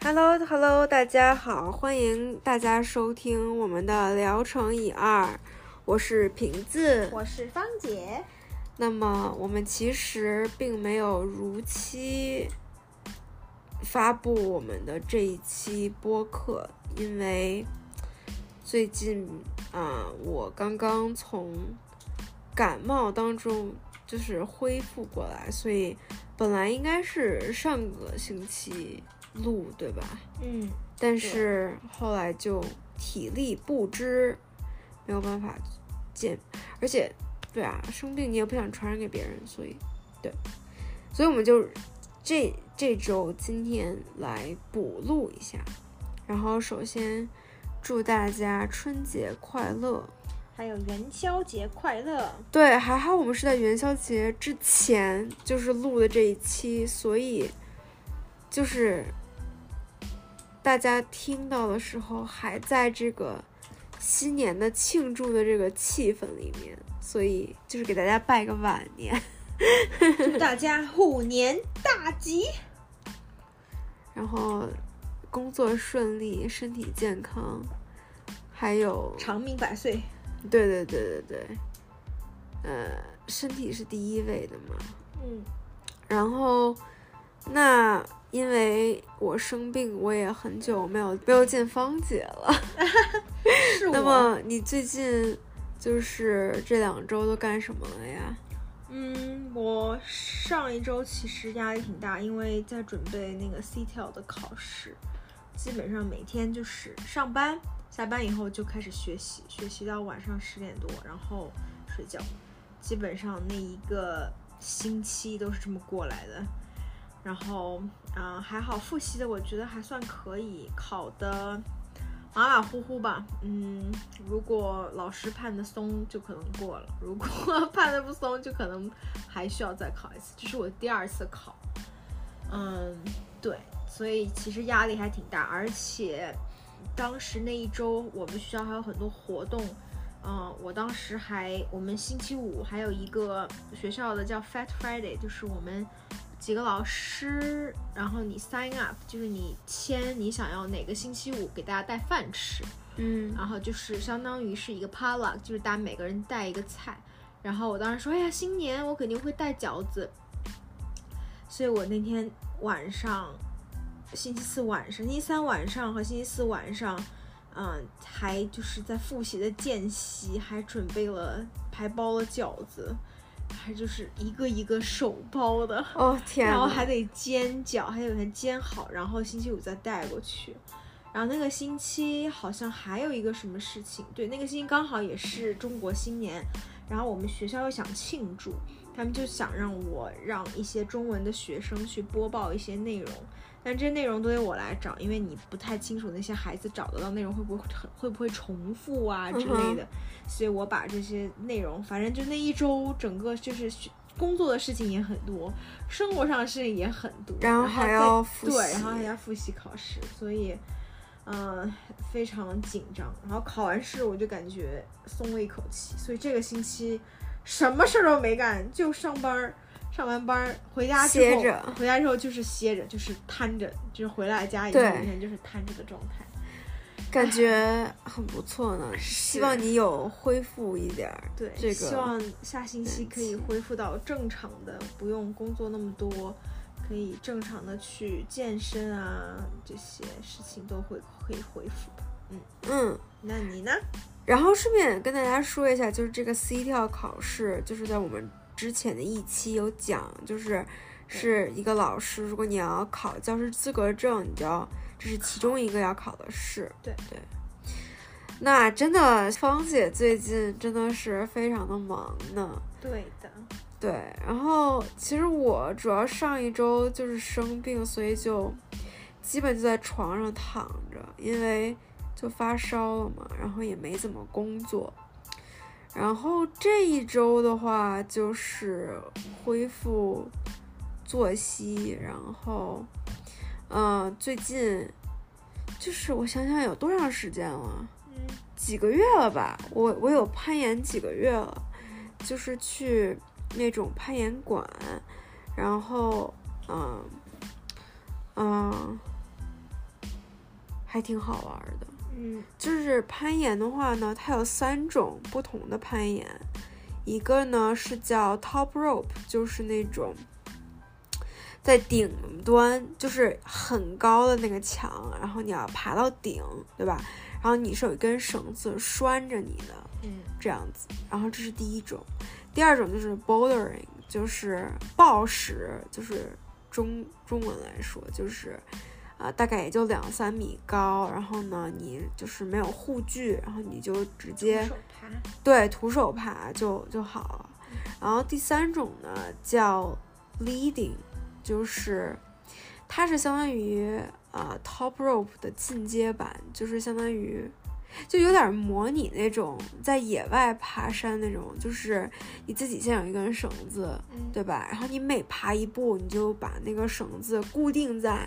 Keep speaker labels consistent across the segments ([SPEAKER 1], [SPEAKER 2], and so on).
[SPEAKER 1] Hello Hello，大家好，欢迎大家收听我们的《聊城以二》，我是瓶子。
[SPEAKER 2] 我是芳姐，
[SPEAKER 1] 那么我们其实并没有如期发布我们的这一期播客，因为最近啊、我刚刚从感冒当中就是恢复过来，所以本来应该是上个星期录，对吧？
[SPEAKER 2] 嗯，
[SPEAKER 1] 但是后来就体力不支，没有办法见，而且对啊，生病你也不想传染给别人，所以对，所以我们就这这周今天来补录一下，然后首先祝大家春节快乐。
[SPEAKER 2] 还有元宵节快乐！
[SPEAKER 1] 对，还好我们是在元宵节之前就是录的这一期，所以就是大家听到的时候还在这个新年的庆祝的这个气氛里面，所以就是给大家拜个晚年。
[SPEAKER 2] 祝大家虎年大吉！
[SPEAKER 1] 然后工作顺利，身体健康，还有
[SPEAKER 2] 长命百岁！
[SPEAKER 1] 对对对对对，呃，身体是第一位的嘛。
[SPEAKER 2] 嗯，
[SPEAKER 1] 然后，那因为我生病，我也很久没有没有见芳姐了。
[SPEAKER 2] 是
[SPEAKER 1] 那
[SPEAKER 2] 我。
[SPEAKER 1] 么你最近就是这两周都干什么了呀？
[SPEAKER 2] 嗯，我上一周其实压力挺大，因为在准备那个 CTEL 的考试，基本上每天就是上班，下班以后就开始学习，学习到晚上十点多，然后睡觉，基本上那一个星期都是这么过来的。然后，嗯、还好复习的我觉得还算可以，考的马马虎虎啊吧。嗯，如果老师判的松，就可能过了；如果 判的不松，就可能还需要再考一次。这是我第二次考，嗯，对，所以其实压力还挺大，而且当时那一周我们学校还有很多活动。嗯，我当时还，我们星期五还有一个学校的叫 Fat Friday，就是我们几个老师，然后你 sign up，就是你签你想要哪个星期五给大家带饭吃，
[SPEAKER 1] 嗯，
[SPEAKER 2] 然后就是相当于是一个 p a l a 就是大家每个人带一个菜。然后我当时说，哎呀，新年我肯定会带饺子，所以我那天晚上，星期四晚上、星期三晚上和星期四晚上，嗯，还就是在复习的间隙，还准备了，还包了饺子，还就是一个一个手包的。
[SPEAKER 1] 哦天
[SPEAKER 2] 然后
[SPEAKER 1] 呐，
[SPEAKER 2] 还得煎饺，还得把它煎好，然后星期五再带过去。然后那个星期好像还有一个什么事情，对，那个星期刚好也是中国新年，然后我们学校又想庆祝，他们就想让我让一些中文的学生去播报一些内容，但这些内容都得我来找，因为你不太清楚那些孩子找得到内容会不会很会不会重复啊
[SPEAKER 1] 嗯
[SPEAKER 2] 之类的，所以我把这些内容，反正就那一周整个就是学工作的事情也很多，生活上的事情也很多，
[SPEAKER 1] 然后
[SPEAKER 2] 后
[SPEAKER 1] 还
[SPEAKER 2] 再
[SPEAKER 1] 要复习
[SPEAKER 2] 对，然后还要复习考试，所以。嗯，非常紧张。然后考完试，我就感觉松了一口气，所以这个星期什么事儿都没干，就上班儿，上完班儿回家之后，
[SPEAKER 1] 歇着
[SPEAKER 2] 回家之后就是歇着，就是瘫着，就是回来家以后
[SPEAKER 1] 对
[SPEAKER 2] 每天就是瘫着的状态。
[SPEAKER 1] 感觉很不错呢，希望你有恢复一点儿。
[SPEAKER 2] 对，
[SPEAKER 1] 这个
[SPEAKER 2] 希望下星期
[SPEAKER 1] 嗯
[SPEAKER 2] 可以恢复到正常的，不用工作那么多，可以正常的去健身啊，这些事情都会可以恢复吧。
[SPEAKER 1] 嗯。
[SPEAKER 2] 那你呢？
[SPEAKER 1] 然后顺便跟大家说一下，就是这个 C 跳考试，就是在我们之前的一期有讲，就是是一个老师，如果你要考教师资格证，你就要这是其中一个要考的试。
[SPEAKER 2] 对
[SPEAKER 1] 对。那真的，芳姐最近真的是非常的忙呢。
[SPEAKER 2] 对的，
[SPEAKER 1] 对，然后其实我主要上一周就是生病，所以就基本就在床上躺着，因为就发烧了嘛，然后也没怎么工作。然后这一周的话，就是恢复作息，然后，呃，最近就是我想想有多长时间了。
[SPEAKER 2] 嗯，
[SPEAKER 1] 几个月了吧，我我有攀岩几个月了，就是去那种攀岩馆，然后嗯嗯、还挺好玩儿的。
[SPEAKER 2] 嗯
[SPEAKER 1] 就是攀岩的话呢，它有三种不同的攀岩，一个呢是叫 top rope，就是那种在顶端，就是很高的那个墙，然后你要爬到顶，对吧？然后你是有一根绳子拴着你的
[SPEAKER 2] 嗯
[SPEAKER 1] 这样子，然后这是第一种，第二种就是 bouldering，就是暴石，就是中中文来说就是啊、大概也就两三米高，然后呢，你就是没有护具，然后你就直接
[SPEAKER 2] 手爬，
[SPEAKER 1] 对徒手爬就就好了。然后第三种呢叫 leading，就是它是相当于啊 top rope 的进阶版，就是相当于。就有点模拟那种在野外爬山那种，就是你自己先有一根绳子，
[SPEAKER 2] 嗯
[SPEAKER 1] 对吧？然后你每爬一步，你就把那个绳子固定在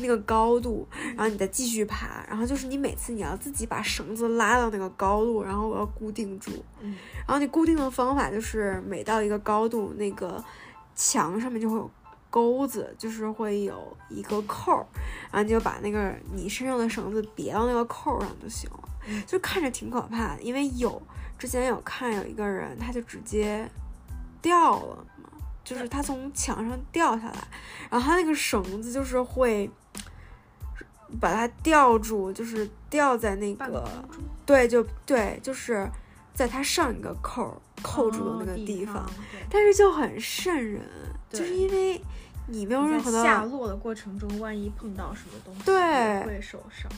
[SPEAKER 1] 那个高度，然后你再继续爬。然后就是你每次你要自己把绳子拉到那个高度，然后我要固定住。
[SPEAKER 2] 嗯
[SPEAKER 1] 然后你固定的方法就是每到一个高度，那个墙上面就会有钩子，就是会有一个扣儿，然后你就把那个你身上的绳子别到那个扣儿上就行了。就看着挺可怕的，因为有之前有看有一个人他就直接掉了嘛，就是他从墙上掉下来，然后他那个绳子就是会。把它吊住，就是吊在那
[SPEAKER 2] 半
[SPEAKER 1] 个
[SPEAKER 2] 空中
[SPEAKER 1] 对，就对，就是在它上一个扣儿扣住的那个
[SPEAKER 2] 哦
[SPEAKER 1] 地
[SPEAKER 2] 方，
[SPEAKER 1] 方，
[SPEAKER 2] 对
[SPEAKER 1] 但是就很瘆人，就
[SPEAKER 2] 对
[SPEAKER 1] 是因为你没有
[SPEAKER 2] 你
[SPEAKER 1] 任
[SPEAKER 2] 在
[SPEAKER 1] 何
[SPEAKER 2] 下
[SPEAKER 1] 的
[SPEAKER 2] 落的过程中，万一碰到什么东西，
[SPEAKER 1] 对
[SPEAKER 2] 也会受伤。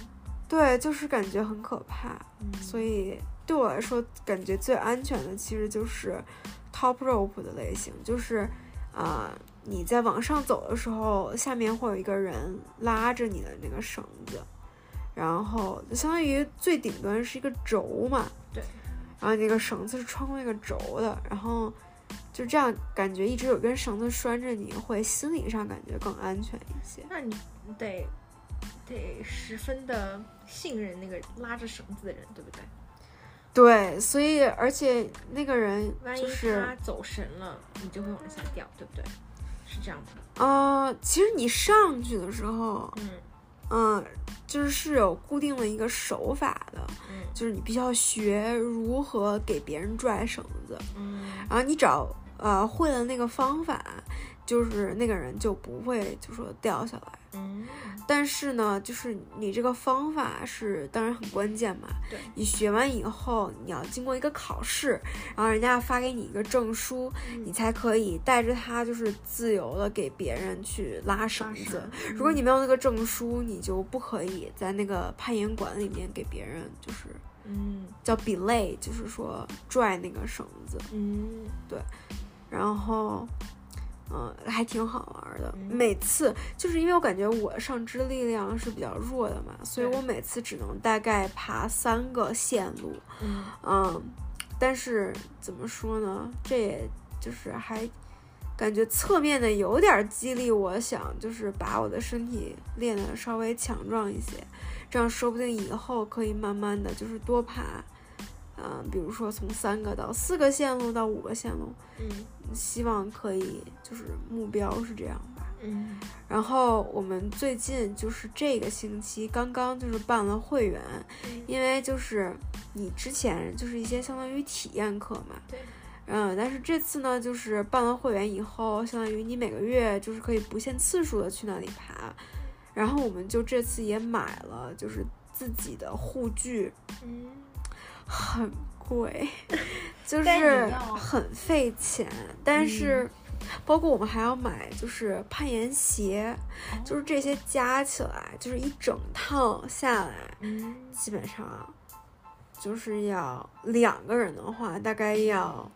[SPEAKER 1] 对，就是感觉很可怕。
[SPEAKER 2] 嗯，
[SPEAKER 1] 所以对我来说，感觉最安全的其实就是 top rope 的类型，就是啊、你在往上走的时候，下面会有一个人拉着你的那个绳子，然后就相当于最顶端是一个轴嘛，
[SPEAKER 2] 对，
[SPEAKER 1] 然后那个绳子是穿过那个轴的，然后就这样感觉一直有根绳子拴着你，会心理上感觉更安全一些。
[SPEAKER 2] 那你得得十分的信任那个拉着绳子的人，对不对？
[SPEAKER 1] 对，所以而且那个人
[SPEAKER 2] 万一
[SPEAKER 1] 就是
[SPEAKER 2] 他走神了，你就会往下掉，对不对？是这样吗？
[SPEAKER 1] 呃，其实你上去的时候，
[SPEAKER 2] 嗯
[SPEAKER 1] 嗯，就是是有固定的一个手法的，
[SPEAKER 2] 嗯
[SPEAKER 1] 就是你必须要学如何给别人拽绳子，
[SPEAKER 2] 嗯
[SPEAKER 1] 然后你找呃会了那个方法，就是那个人就不会就说掉下来。
[SPEAKER 2] 嗯，
[SPEAKER 1] 但是呢，就是你这个方法是当然很关键嘛。
[SPEAKER 2] 对
[SPEAKER 1] 你学完以后，你要经过一个考试，然后人家发给你一个证书，
[SPEAKER 2] 嗯
[SPEAKER 1] 你才可以带着它就是自由的给别人去拉绳
[SPEAKER 2] 拉
[SPEAKER 1] 子。
[SPEAKER 2] 绳
[SPEAKER 1] 如果你没有那个证书，你就不可以在那个攀岩馆里面给别人就是
[SPEAKER 2] 嗯
[SPEAKER 1] 叫 belay，就是说拽那个绳子，
[SPEAKER 2] 嗯
[SPEAKER 1] 然后。嗯，还挺好玩的。
[SPEAKER 2] 嗯
[SPEAKER 1] 每次就是因为我感觉我上肢力量是比较弱的嘛，所以
[SPEAKER 2] 对
[SPEAKER 1] 我每次只能大概爬三个线路。
[SPEAKER 2] 嗯，
[SPEAKER 1] 嗯，但是怎么说呢？这也就是还感觉侧面的有点激励我，想就是把我的身体练得稍微强壮一些，这样说不定以后可以慢慢的就是多爬，嗯，比如说从三个到四个线路到五个线路，
[SPEAKER 2] 嗯
[SPEAKER 1] 希望可以就是目标是这样吧。
[SPEAKER 2] 嗯
[SPEAKER 1] 然后我们最近就是这个星期刚刚就是办了会员，
[SPEAKER 2] 嗯
[SPEAKER 1] 因为就是你之前就是一些相当于体验课嘛，
[SPEAKER 2] 对，
[SPEAKER 1] 嗯，但是这次呢，就是办了会员以后，相当于你每个月就是可以不限次数的去那里爬，然后我们就这次也买了就是自己的护具，
[SPEAKER 2] 嗯，
[SPEAKER 1] 很贵， 就
[SPEAKER 2] 但
[SPEAKER 1] 是
[SPEAKER 2] 你要嗯
[SPEAKER 1] 很费钱，但是包括我们还要买就是攀岩鞋，
[SPEAKER 2] 哦
[SPEAKER 1] 就是这些加起来就是一整套下来，
[SPEAKER 2] 嗯
[SPEAKER 1] 基本上啊就是要两个人的话，大概要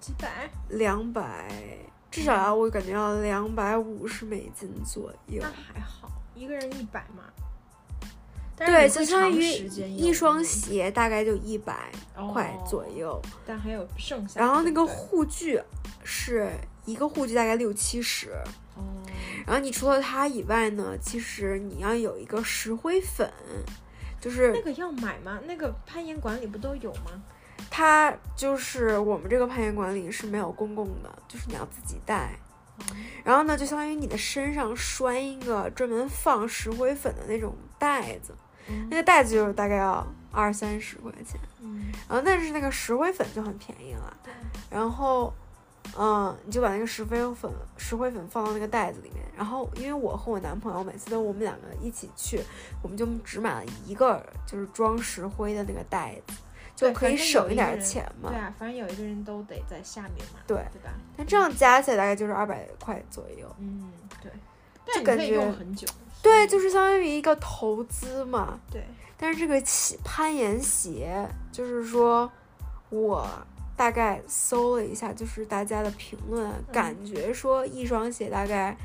[SPEAKER 2] 几百，
[SPEAKER 1] 两百，至少啊要我感觉要两百五十美金左右
[SPEAKER 2] 那。还好，一个人一百嘛。但是
[SPEAKER 1] 对，
[SPEAKER 2] 你会
[SPEAKER 1] 就相当
[SPEAKER 2] 长
[SPEAKER 1] 于
[SPEAKER 2] 时间
[SPEAKER 1] 一
[SPEAKER 2] 有
[SPEAKER 1] 双
[SPEAKER 2] 嗯
[SPEAKER 1] 鞋大概就一百块左，
[SPEAKER 2] 哦
[SPEAKER 1] 右，
[SPEAKER 2] 但还有剩下的。
[SPEAKER 1] 然后那个
[SPEAKER 2] 对不对
[SPEAKER 1] 护具是一个护具大概六七十，
[SPEAKER 2] 哦，
[SPEAKER 1] 然后你除了它以外呢，其实你要有一个石灰粉，就是
[SPEAKER 2] 那个要买吗？那个攀岩馆里不都有吗？
[SPEAKER 1] 它就是我们这个攀岩馆里是没有公共的，就是你要自己带。
[SPEAKER 2] 哦
[SPEAKER 1] 然后呢，就相当于你的身上拴一个专门放石灰粉的那种袋子，那个袋子就大概要二三十块钱，
[SPEAKER 2] 嗯
[SPEAKER 1] 然后但是那个石灰粉就很便宜了，然后。嗯，你就把那个石灰粉、石灰粉放到那个袋子里面，然后因为我和我男朋友每次都我们两个一起去，我们就只买了一个就是装石灰的那个袋子，就
[SPEAKER 2] 对
[SPEAKER 1] 可以
[SPEAKER 2] 反正有
[SPEAKER 1] 省
[SPEAKER 2] 一个
[SPEAKER 1] 点
[SPEAKER 2] 人
[SPEAKER 1] 钱嘛
[SPEAKER 2] 对。啊，反正有一个人都得在下面嘛，
[SPEAKER 1] 对
[SPEAKER 2] 对吧？
[SPEAKER 1] 那这样加起来大概就是二百块左右。
[SPEAKER 2] 嗯，对，
[SPEAKER 1] 就
[SPEAKER 2] 但你
[SPEAKER 1] 感
[SPEAKER 2] 可以
[SPEAKER 1] 觉
[SPEAKER 2] 用很久，
[SPEAKER 1] 对，就是相当于一个投资嘛。
[SPEAKER 2] 对，
[SPEAKER 1] 但是这个起攀岩鞋，就是说我大概搜了一下，就是大家的评论，感
[SPEAKER 2] 嗯
[SPEAKER 1] 觉说一双鞋大概，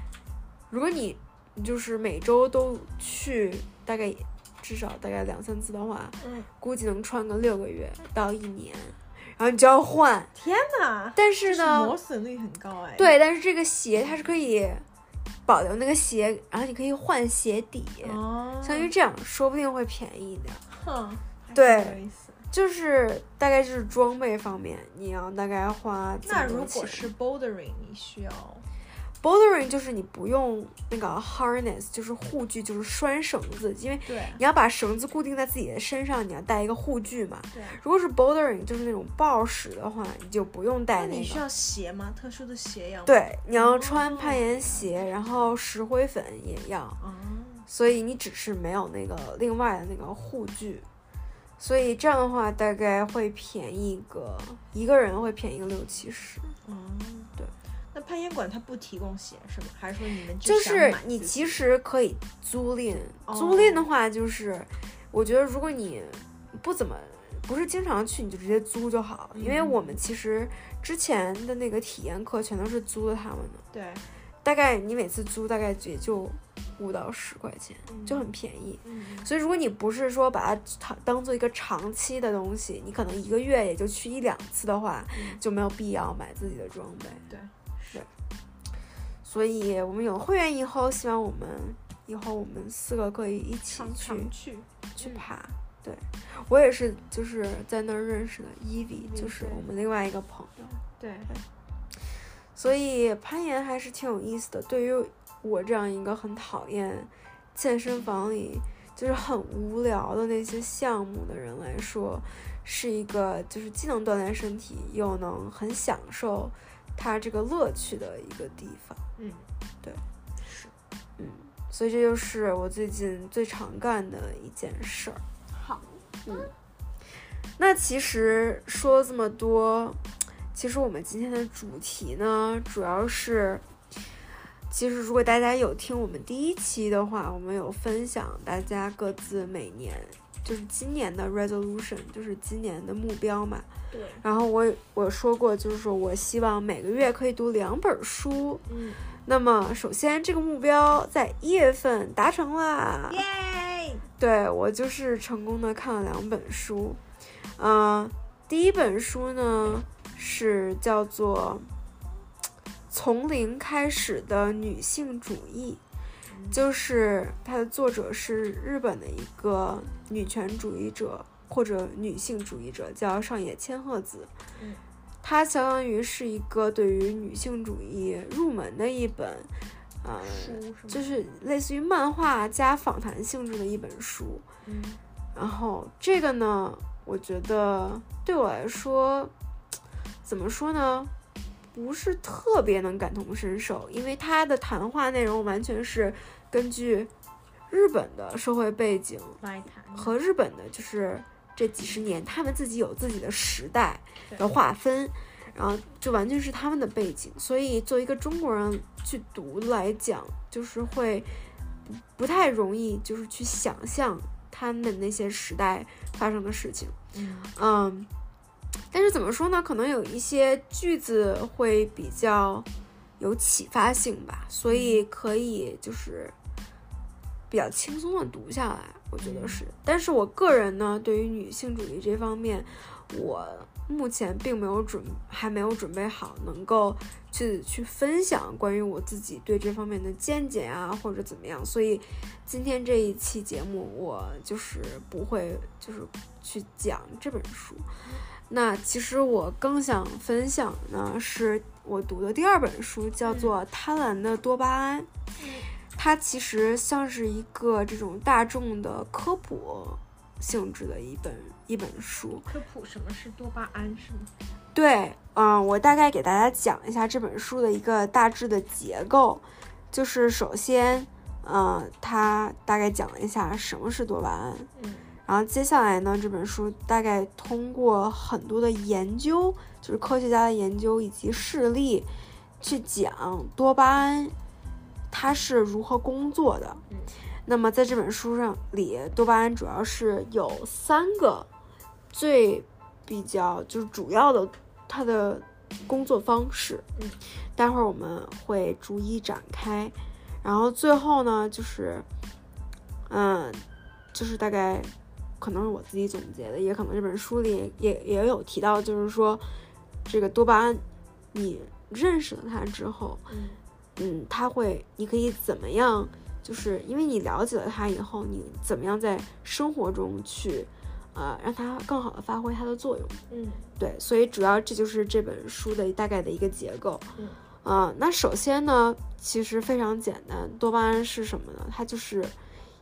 [SPEAKER 1] 如果你你就是每周都去，大概至少大概两三次的话，
[SPEAKER 2] 嗯，
[SPEAKER 1] 估计能穿个六个月到一年，然后你就要换。
[SPEAKER 2] 天哪，
[SPEAKER 1] 但是
[SPEAKER 2] 就是
[SPEAKER 1] 呢，
[SPEAKER 2] 磨损率很高哎，，
[SPEAKER 1] 对，但是这个鞋它是可以保留那个鞋，然后你可以换鞋底，
[SPEAKER 2] 哦，
[SPEAKER 1] 相当于这样，说不定会便宜一点。
[SPEAKER 2] 哼，还挺
[SPEAKER 1] 对
[SPEAKER 2] 有意思。
[SPEAKER 1] 就是大概就是装备方面，你要大概花这么多
[SPEAKER 2] 那如果
[SPEAKER 1] 钱
[SPEAKER 2] 是 bouldering，你需要
[SPEAKER 1] bouldering，就是你不用那个 harness，就是护具，就是拴绳子，因为
[SPEAKER 2] 对
[SPEAKER 1] 你要把绳子固定在自己的身上，你要带一个护具嘛。
[SPEAKER 2] 对，
[SPEAKER 1] 如果是 bouldering，就是那种抱石的话，你就不用带
[SPEAKER 2] 那
[SPEAKER 1] 那
[SPEAKER 2] 你需
[SPEAKER 1] 个。
[SPEAKER 2] 要鞋吗？特殊的鞋要吗？，
[SPEAKER 1] 对，你要穿
[SPEAKER 2] 哦
[SPEAKER 1] 攀岩鞋，然后石灰粉也要。
[SPEAKER 2] 哦，
[SPEAKER 1] 所以你只是没有那个另外的那个护具，所以这样的话大概会便宜个一个人会便宜个六七十，
[SPEAKER 2] 哦，
[SPEAKER 1] 对。
[SPEAKER 2] 那攀岩馆它不提供鞋是吗？还是说你们只
[SPEAKER 1] 就
[SPEAKER 2] 想
[SPEAKER 1] 是
[SPEAKER 2] 买
[SPEAKER 1] 你
[SPEAKER 2] 自己
[SPEAKER 1] 其实可以租赁，
[SPEAKER 2] 哦
[SPEAKER 1] 租赁的话就是，我觉得如果你不怎么不是经常去，你就直接租就好了，因为
[SPEAKER 2] 嗯
[SPEAKER 1] 我们其实之前的那个体验课全都是租的他们的，
[SPEAKER 2] 对，
[SPEAKER 1] 大概你每次租大概也就五到十块钱，就很便宜。
[SPEAKER 2] 嗯
[SPEAKER 1] 所以，如果你不是说把它当当做一个长期的东西，你可能一个月也就去一两次的话，
[SPEAKER 2] 嗯
[SPEAKER 1] 就没有必要买自己的装备。
[SPEAKER 2] 对，
[SPEAKER 1] 对。所以我们有会员以后，希望我们以后我们四个可以一起
[SPEAKER 2] 常
[SPEAKER 1] 去
[SPEAKER 2] 常去，
[SPEAKER 1] 去
[SPEAKER 2] 嗯
[SPEAKER 1] 爬。对，我也是，就是在那儿认识的 Evie，
[SPEAKER 2] Evie，
[SPEAKER 1] 就是
[SPEAKER 2] 对
[SPEAKER 1] 我们另外一个朋友。
[SPEAKER 2] 对，嗯
[SPEAKER 1] 所以攀岩还是挺有意思的。对于我这样一个很讨厌健身房里就是很无聊的那些项目的人来说，是一个就是既能锻炼身体，又能很享受它这个乐趣的一个地方。
[SPEAKER 2] 嗯，
[SPEAKER 1] 嗯，所以这就是我最近最常干的一件事儿。嗯
[SPEAKER 2] 好，
[SPEAKER 1] 那其实说这么多，其实我们今天的主题呢，主要是，其实如果大家有听我们第一期的话，我们有分享大家各自每年就是今年的 resolution，就是今年的目标嘛。
[SPEAKER 2] 对，
[SPEAKER 1] 然后我我说过，就是说我希望每个月可以读两本书。
[SPEAKER 2] 嗯，
[SPEAKER 1] 那么首先这个目标在一月份达成啦。
[SPEAKER 2] 耶，
[SPEAKER 1] 对我就是成功的看了两本书，嗯、第一本书呢是叫做《从零开始的女性主义》，就是它的作者是日本的一个女权主义者或者女性主义者，叫上野千鹤子
[SPEAKER 2] 嗯。
[SPEAKER 1] 它相当于是一个对于女性主义入门的一本，呃，
[SPEAKER 2] 书是吗？
[SPEAKER 1] 就是类似于漫画加访谈性质的一本书。
[SPEAKER 2] 嗯
[SPEAKER 1] 然后这个呢，我觉得对我来说，怎么说呢，不是特别能感同身受，因为他的谈话内容完全是根据日本的社会背景
[SPEAKER 2] 来谈
[SPEAKER 1] 和日本的就是这几十年他们自己有自己的时代
[SPEAKER 2] 对
[SPEAKER 1] 的划分，然后就完全是他们的背景，所以作为一个中国人去读来讲，就是会不不太容易就是去想象他们那些时代发生的事情，
[SPEAKER 2] 嗯
[SPEAKER 1] 嗯。但是怎么说呢？可能有一些句子会比较有启发性吧，所以可以就是比较轻松的读下来，我觉得是。但是我个人呢，对于女性主义这方面，我目前并没有准，还没有准备好能够去去分享关于我自己对这方面的见解啊，或者怎么样。所以今天这一期节目，我就是不会就是去讲这本书。那其实我更想分享呢，是我读的第二本书，叫做《贪婪的多巴胺》。它其实像是一个这种大众的科普性质的一本一本书。
[SPEAKER 2] 科普什么是多巴胺是吗？
[SPEAKER 1] 对，嗯，我大概给大家讲一下这本书的一个大致的结构，就是首先，嗯，它大概讲了一下什么是多巴胺，
[SPEAKER 2] 嗯
[SPEAKER 1] 然后接下来呢，这本书大概通过很多的研究，就是科学家的研究以及事例，去讲多巴胺它是如何工作的
[SPEAKER 2] 嗯。
[SPEAKER 1] 那么在这本书上里，多巴胺主要是有三个最比较就是主要的它的工作方式
[SPEAKER 2] 嗯。
[SPEAKER 1] 待会儿我们会逐一展开。然后最后呢，就是，嗯，就是大概可能是我自己总结的，也可能这本书里也也有提到，就是说这个多巴胺，你认识了它之后，
[SPEAKER 2] 嗯
[SPEAKER 1] 嗯，它会，你可以怎么样？就是因为你了解了它以后，你怎么样在生活中去，呃，让它更好的发挥它的作用。
[SPEAKER 2] 嗯
[SPEAKER 1] 对，所以主要这就是这本书的大概的一个结构。
[SPEAKER 2] 嗯
[SPEAKER 1] 啊、那首先呢，其实非常简单，多巴胺是什么呢？它就是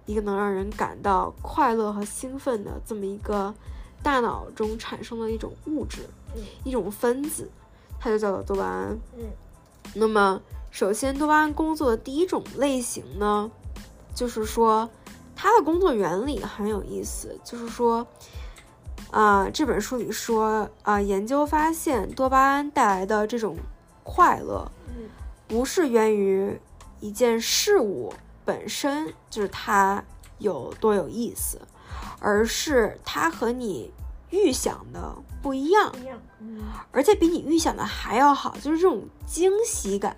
[SPEAKER 1] 一个能让人感到快乐和兴奋的这么一个大脑中产生的一种物质，
[SPEAKER 2] 嗯
[SPEAKER 1] 一种分子，它就叫做多巴胺。
[SPEAKER 2] 嗯
[SPEAKER 1] 那么，首先，多巴胺工作的第一种类型呢，就是说它的工作原理很有意思，就是说，啊、这本书里说，啊、研究发现多巴胺带来的这种快乐，
[SPEAKER 2] 嗯
[SPEAKER 1] 不是源于一件事物本身，就是它有多有意思，而是它和你预想的不一样
[SPEAKER 2] 不，一样，嗯
[SPEAKER 1] 而且比你预想的还要好，就是这种惊喜感。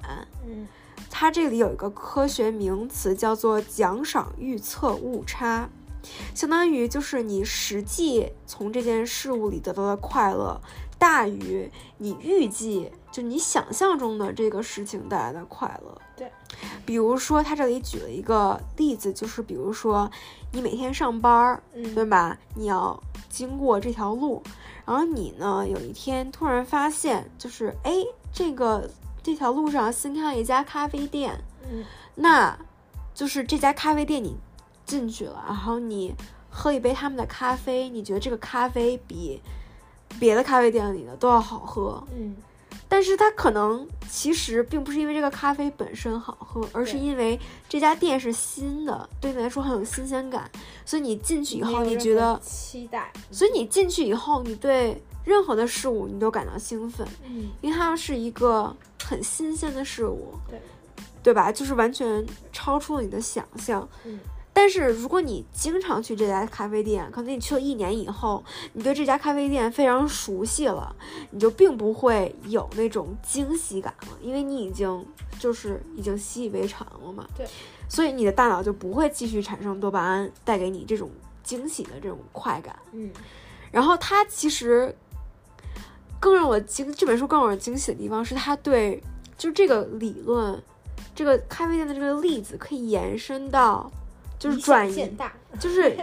[SPEAKER 2] 嗯
[SPEAKER 1] 它这里有一个科学名词叫做奖赏预测误差，相当于就是你实际从这件事物里得到的快乐大于你预计就你想象中的这个事情带来的快乐。
[SPEAKER 2] 对，
[SPEAKER 1] 比如说它这里举了一个例子，就是比如说你每天上班儿，
[SPEAKER 2] 嗯
[SPEAKER 1] 对吧？你要经过这条路，然后你呢有一天突然发现，就是哎，这个这条路上新开了一家咖啡店，
[SPEAKER 2] 嗯
[SPEAKER 1] 那就是这家咖啡店你进去了，然后你喝一杯他们的咖啡，你觉得这个咖啡比别的咖啡店里的都要好喝，
[SPEAKER 2] 嗯
[SPEAKER 1] 但是它可能其实并不是因为这个咖啡本身好喝，而是
[SPEAKER 2] 对
[SPEAKER 1] 因为这家店是新的，对你来说很有新鲜感，所以你进去以后
[SPEAKER 2] 没有
[SPEAKER 1] 你
[SPEAKER 2] 任
[SPEAKER 1] 觉
[SPEAKER 2] 何
[SPEAKER 1] 得，
[SPEAKER 2] 期待，
[SPEAKER 1] 所以你进去以后你对任何的事物你都感到兴奋，
[SPEAKER 2] 嗯
[SPEAKER 1] 因为它是一个很新鲜的事物，
[SPEAKER 2] 对
[SPEAKER 1] 对吧？就是完全超出了你的想象。
[SPEAKER 2] 嗯
[SPEAKER 1] 但是如果你经常去这家咖啡店，可能你去了一年以后，你对这家咖啡店非常熟悉了，你就并不会有那种惊喜感了，因为你已经就是已经习以为常了嘛。
[SPEAKER 2] 对，
[SPEAKER 1] 所以你的大脑就不会继续产生多巴胺带给你这种惊喜的这种快感。
[SPEAKER 2] 嗯
[SPEAKER 1] 然后它其实更让我惊，这本书更让我惊喜的地方是它对就这个理论，这个咖啡店的这个例子可以延伸到就是
[SPEAKER 2] 一下
[SPEAKER 1] 转移
[SPEAKER 2] 见，大，嗯
[SPEAKER 1] 就是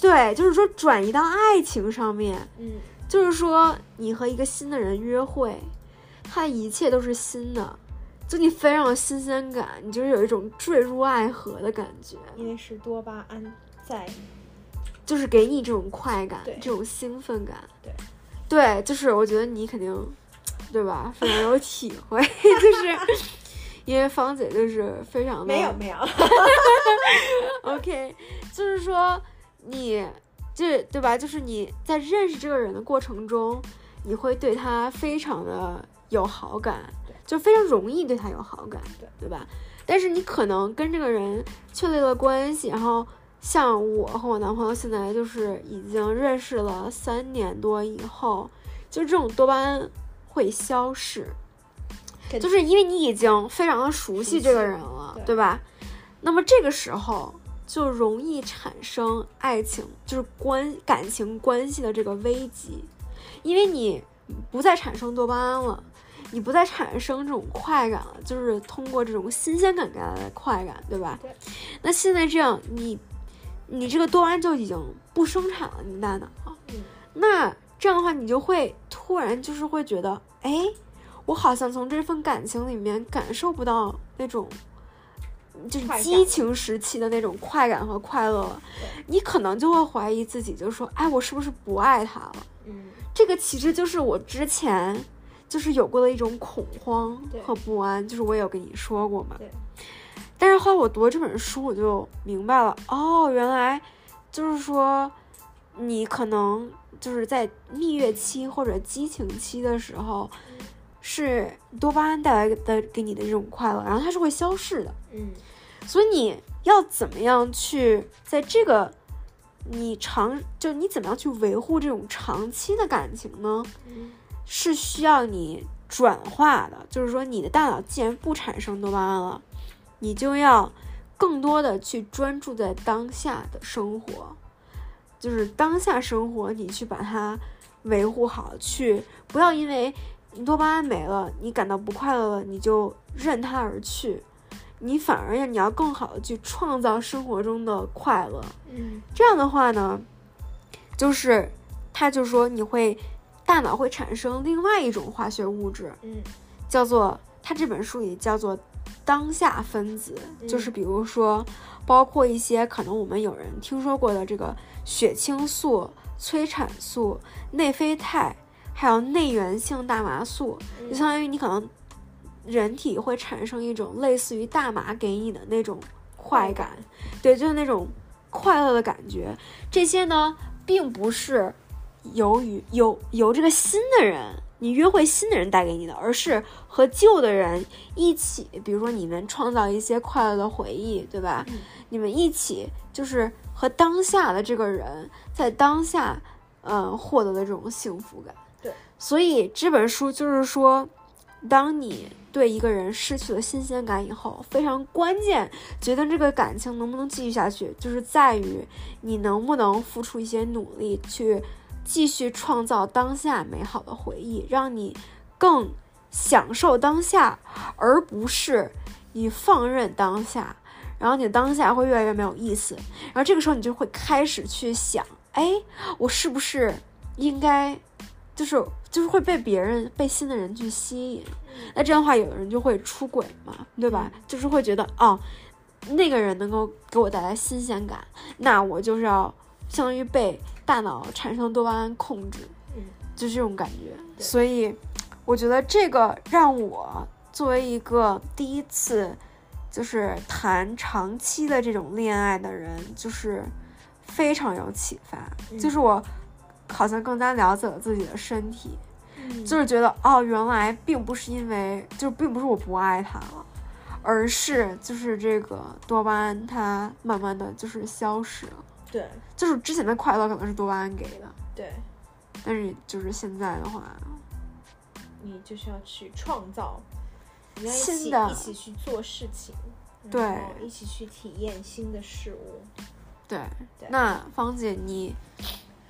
[SPEAKER 1] 对，就是说转移到爱情上面，
[SPEAKER 2] 嗯
[SPEAKER 1] 就是说你和一个新的人约会，他的一切都是新的。就你非常有新鲜感，你就是有一种坠入爱河的感觉，
[SPEAKER 2] 因为是多巴胺在，
[SPEAKER 1] 就是给你这种快感
[SPEAKER 2] 对，
[SPEAKER 1] 这种兴奋感。
[SPEAKER 2] 对，
[SPEAKER 1] 对，就是我觉得你肯定，对吧？非常有体会， 就是因为芳姐就是非常的
[SPEAKER 2] 没有没有，
[SPEAKER 1] OK，就是说你这对吧？就是你在认识这个人的过程中，你会对他非常的有好感
[SPEAKER 2] 对，
[SPEAKER 1] 就非常容易对他有好感，
[SPEAKER 2] 对
[SPEAKER 1] 吧？但是你可能跟这个人确立了关系，然后像我和我男朋友现在就是已经认识了三年多以后，就这种多巴胺会消逝，
[SPEAKER 2] 跟
[SPEAKER 1] 就是因为你已经非常的熟悉这个人了，
[SPEAKER 2] 熟悉
[SPEAKER 1] 对吧？那么这个时候就容易产生爱情，就是关感情关系的这个危机，因为你不再产生多巴胺了，你不再产生这种快感了，就是通过这种新鲜感带来的快感，对吧？
[SPEAKER 2] 对
[SPEAKER 1] 那现在这样，你你这个多巴胺就已经不生产了，你的大脑。
[SPEAKER 2] 嗯
[SPEAKER 1] 那这样的话，你就会突然就是会觉得，哎，我好像从这份感情里面感受不到那种就是
[SPEAKER 2] 快感
[SPEAKER 1] 激情时期的那种快感和快乐了，你可能就会怀疑自己，就说，哎，我是不是不爱他了？
[SPEAKER 2] 嗯，
[SPEAKER 1] 这个其实就是我之前就是有过的一种恐慌
[SPEAKER 2] 对
[SPEAKER 1] 和不安，就是我也有跟你说过嘛。
[SPEAKER 2] 对，
[SPEAKER 1] 但是后来我读了这本书，我就明白了，哦，原来就是说，你可能就是在蜜月期或者激情期的时候，
[SPEAKER 2] 嗯
[SPEAKER 1] 是多巴胺带来的给你的这种快乐，然后它是会消逝的。
[SPEAKER 2] 嗯，
[SPEAKER 1] 所以你要怎么样去在这个你长就你怎么样去维护这种长期的感情呢？
[SPEAKER 2] 嗯
[SPEAKER 1] 是需要你转化的，就是说你的大脑既然不产生多巴胺了，你就要更多的去专注在当下的生活，就是当下生活，你去把它维护好，去不要因为多巴胺没了，你感到不快乐了，你就任它而去，你反而要你要更好的去创造生活中的快乐，
[SPEAKER 2] 嗯，
[SPEAKER 1] 这样的话呢，就是他就说你会大脑会产生另外一种化学物质，
[SPEAKER 2] 嗯，
[SPEAKER 1] 叫做它这本书里叫做当下分子，
[SPEAKER 2] 嗯
[SPEAKER 1] 就是比如说包括一些可能我们有人听说过的这个血清素、催产素、内啡肽，还有内源性大麻素，
[SPEAKER 2] 嗯
[SPEAKER 1] 就相当于你可能人体会产生一种类似于大麻给你的那种快感，对，就是那种快乐的感觉。这些呢，并不是由于由由这个新的人，你约会新的人带给你的，而是和旧的人一起，比如说你们创造一些快乐的回忆，对吧？
[SPEAKER 2] 嗯
[SPEAKER 1] 你们一起就是和当下的这个人在当下，嗯，获得的这种幸福感。
[SPEAKER 2] 对，
[SPEAKER 1] 所以这本书就是说，当你对一个人失去了新鲜感以后，非常关键决定这个感情能不能继续下去，就是在于你能不能付出一些努力去继续创造当下美好的回忆，让你更享受当下，而不是你放任当下，然后你的当下会越来越没有意思，然后这个时候你就会开始去想，哎，我是不是应该，就是就是会被别人被新的人去吸引，那这样的话，有的人就会出轨嘛，对吧？就是会觉得哦，那个人能够给我带来新鲜感，那我就是要相当于被大脑产生多巴胺控制，
[SPEAKER 2] 嗯，
[SPEAKER 1] 就这种感觉。
[SPEAKER 2] 对
[SPEAKER 1] 所以我觉得这个让我作为一个第一次就是谈长期的这种恋爱的人，就是非常有启发，
[SPEAKER 2] 嗯
[SPEAKER 1] 就是我好像更加了解了自己的身体。
[SPEAKER 2] 嗯
[SPEAKER 1] 就是觉得哦，原来并不是因为，就是并不是我不爱他了，而是就是这个多巴胺它慢慢的就是消失了，
[SPEAKER 2] 对
[SPEAKER 1] 就是之前的快乐可能是多巴胺给的，
[SPEAKER 2] 对，
[SPEAKER 1] 但是就是现在的话，
[SPEAKER 2] 你就是要去创造，你要一
[SPEAKER 1] 新
[SPEAKER 2] 起
[SPEAKER 1] 的
[SPEAKER 2] 一起去做事情，然
[SPEAKER 1] 对
[SPEAKER 2] 后一起去体验新的事物。
[SPEAKER 1] 对，
[SPEAKER 2] 对
[SPEAKER 1] 那芳姐你，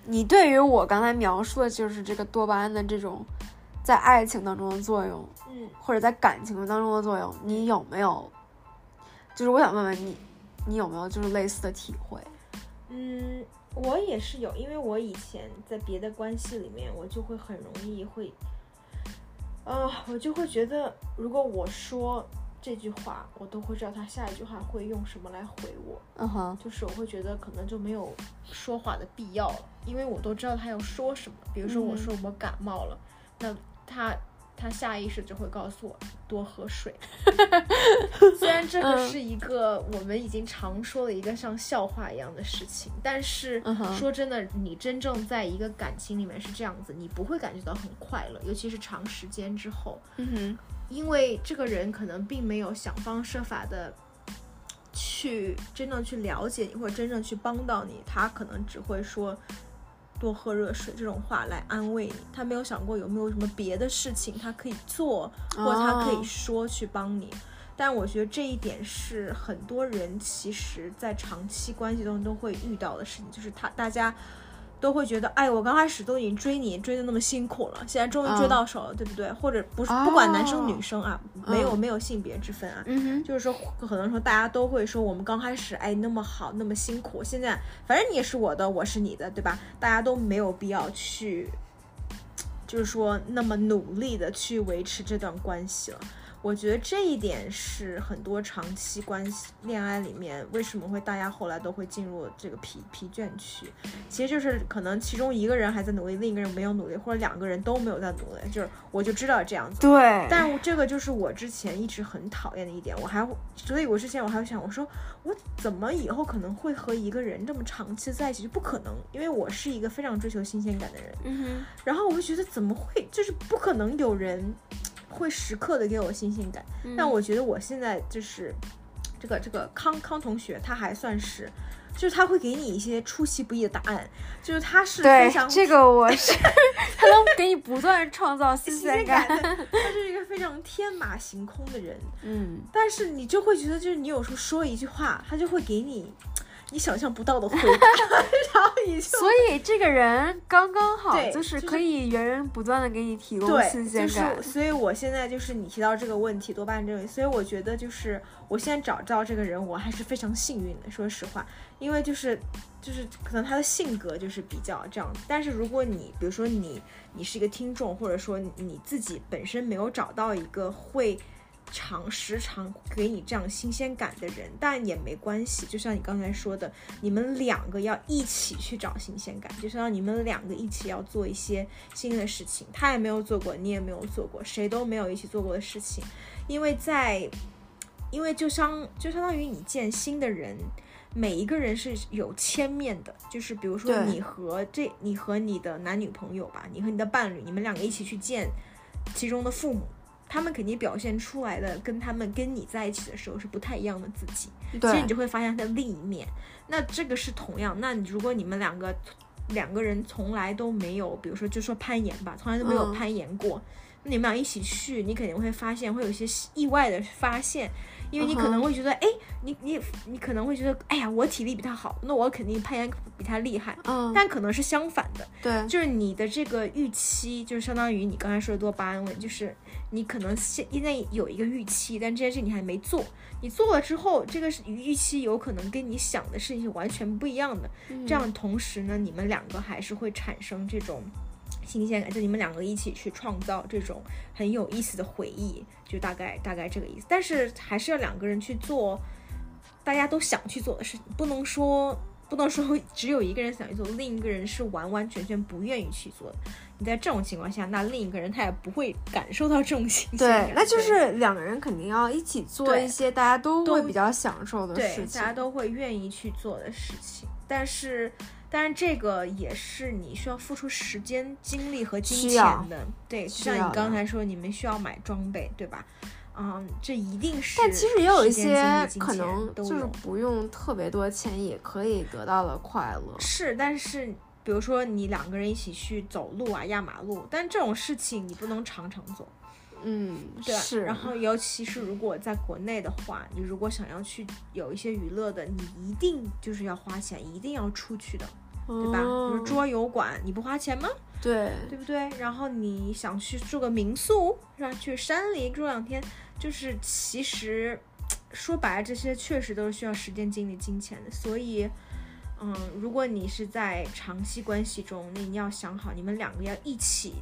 [SPEAKER 1] 你对于我刚才描述的就是这个多巴胺的这种在爱情当中的作用，
[SPEAKER 2] 嗯，
[SPEAKER 1] 或者在感情当中的作用，你有没有？就是我想问问你，你有没有就是类似的体会？
[SPEAKER 2] 嗯，我也是有，因为我以前在别的关系里面，我就会很容易会，呃，我就会觉得，如果我说这句话，我都会知道他下一句话会用什么来回我，
[SPEAKER 1] 嗯哼，
[SPEAKER 2] 就是我会觉得可能就没有说话的必要了，因为我都知道他要说什么。比如说我
[SPEAKER 1] 嗯
[SPEAKER 2] 说我感冒了，那他。他下意识就会告诉我多喝水， 虽然这个
[SPEAKER 1] 嗯
[SPEAKER 2] 是一个我们已经常说的一个像笑话一样的事情，但是
[SPEAKER 1] 嗯哼
[SPEAKER 2] 说真的，你真正在一个感情里面是这样子，你不会感觉到很快乐，尤其是长时间之后，
[SPEAKER 1] 嗯哼。
[SPEAKER 2] 因为这个人可能并没有想方设法的去真正去了解你，或者真正去帮到你，他可能只会说多喝热水这种话来安慰你，他没有想过有没有什么别的事情他可以做，或他可以说去帮你。但我觉得这一点是很多人其实，在长期关系中都会遇到的事情，就是他大家都会觉得，哎，我刚开始都已经追你追的那么辛苦了，现在终于追
[SPEAKER 1] 嗯
[SPEAKER 2] 到手了，对不对？或者不是
[SPEAKER 1] 哦
[SPEAKER 2] 不管男生女生啊，没有
[SPEAKER 1] 嗯
[SPEAKER 2] 没有性别之分啊，
[SPEAKER 1] 嗯
[SPEAKER 2] 就是说可能说大家都会说我们刚开始哎那么好那么辛苦，现在反正你也是我的，我是你的，对吧？大家都没有必要去，就是说那么努力的去维持这段关系了。我觉得这一点是很多长期关系恋爱里面为什么会大家后来都会进入这个疲疲倦区，其实就是可能其中一个人还在努力，另一个人没有努力，或者两个人都没有在努力，就是我就知道这样子。
[SPEAKER 1] 对，
[SPEAKER 2] 但我这个就是我之前一直很讨厌的一点，我还所以，我之前我还想，我说我怎么以后可能会和一个人这么长期在一起，就不可能，因为我是一个非常追求新鲜感的人。
[SPEAKER 1] 嗯
[SPEAKER 2] 然后我就觉得怎么会，就是不可能有人会时刻的给我新鲜感。
[SPEAKER 1] 哼，
[SPEAKER 2] 但我觉得我现在就是这个这个康康同学，他还算是，就是他会给你一些出其不意的答案，就是他是非
[SPEAKER 1] 对
[SPEAKER 2] 常
[SPEAKER 1] 这个我 是，他能给你不断创造新
[SPEAKER 2] 新
[SPEAKER 1] 鲜
[SPEAKER 2] 鲜感，的，他是 一个非常天马行空的人。
[SPEAKER 1] 嗯，
[SPEAKER 2] 但是你就会觉得，就是你有时候说一句话，他就会给你你想象不到的回答，然后你就
[SPEAKER 1] 所以这个人刚刚好
[SPEAKER 2] 对，
[SPEAKER 1] 就是
[SPEAKER 2] 就是
[SPEAKER 1] 可以源源不断的给你提供新鲜
[SPEAKER 2] 对，就是
[SPEAKER 1] 感。
[SPEAKER 2] 所以我现在就是你提到这个问题，多半这个，所以我觉得就是我现在找到这个人，我还是非常幸运的，说实话，因为就是就是可能他的性格就是比较这样，但是如果你比如说你你是一个听众，或者说你你自己本身没有找到一个会。常时常给你这样新鲜感的人，但也没关系。就像你刚才说的，你们两个要一起去找新鲜感，就是要你们两个一起要做一些新的事情。他也没有做过，你也没有做过，谁都没有一起做过的事情，因为在，因为就相就相当于你见新的人。每一个人是有千面的，就是比如说
[SPEAKER 1] 对
[SPEAKER 2] 你和这，你和你的男女朋友吧，你和你的伴侣，你们两个一起去见其中的父母，他们肯定表现出来的跟他们跟你在一起的时候是不太一样的自己。其实
[SPEAKER 1] 对
[SPEAKER 2] 你，就会发现它的另一面。那这个是同样，那你如果你们两个两个人从来都没有，比如说就说攀岩吧，从来都没有
[SPEAKER 1] 嗯
[SPEAKER 2] 攀岩过，那你们俩一起去，你肯定会发现会有一些意外的发现。因为你可能
[SPEAKER 1] 嗯哼
[SPEAKER 2] 会觉得，哎、你你你可能会觉得，哎呀，我体力比他好，那我肯定攀岩比他厉害，
[SPEAKER 1] 嗯，
[SPEAKER 2] 但可能是相反的，
[SPEAKER 1] 对，
[SPEAKER 2] 就是你的这个预期，就是相当于你刚才说的多巴胺问，就是你可能现现在有一个预期，但这件事情你还没做，你做了之后，这个是预期有可能跟你想的事情是完全不一样的。
[SPEAKER 1] 嗯
[SPEAKER 2] 这样同时呢，你们两个还是会产生这种新鲜感，就你们两个一起去创造这种很有意思的回忆，就大概大概这个意思。但是还是要两个人去做大家都想去做的事情，不能说。不能说 只有一个人想去做，另一个人是完完全全不愿意去做的。你在这种情况下，那另一个人他也不会感受到这种新鲜感。
[SPEAKER 1] 对，那就是两个人肯定要一起做
[SPEAKER 2] 对
[SPEAKER 1] 一些大家都会
[SPEAKER 2] 都
[SPEAKER 1] 比较享受的
[SPEAKER 2] 对
[SPEAKER 1] 事情
[SPEAKER 2] 大。家都会愿意去做的事情。但是，但是这个也是你需要付出时间、精力和金
[SPEAKER 1] 需要
[SPEAKER 2] 钱的。对，就
[SPEAKER 1] 需
[SPEAKER 2] 像
[SPEAKER 1] 要
[SPEAKER 2] 你刚
[SPEAKER 1] 的
[SPEAKER 2] 才说，你们需要买装备，对吧？嗯，这一定是。
[SPEAKER 1] 但其实也有一些
[SPEAKER 2] 金
[SPEAKER 1] 可
[SPEAKER 2] 钱
[SPEAKER 1] 能
[SPEAKER 2] 都
[SPEAKER 1] 就是
[SPEAKER 2] 有
[SPEAKER 1] 不用特别多钱也可以得到了快乐。
[SPEAKER 2] 是，但是比如说你两个人一起去走路啊、压马路，但这种事情你不能常常做。
[SPEAKER 1] 嗯，
[SPEAKER 2] 对吧
[SPEAKER 1] 是。
[SPEAKER 2] 然后，尤其是如果在国内的话，你如果想要去有一些娱乐的，你一定就是要花钱，一定要出去的，对吧？比
[SPEAKER 1] 哦
[SPEAKER 2] 如桌游馆，你不花钱吗？
[SPEAKER 1] 对
[SPEAKER 2] 对不对？然后你想去住个民宿，是吧？去山里住两天，就是其实说白了，这些确实都是需要时间、精力、金钱的。所以，嗯，如果你是在长期关系中，那你要想好，你们两个要一起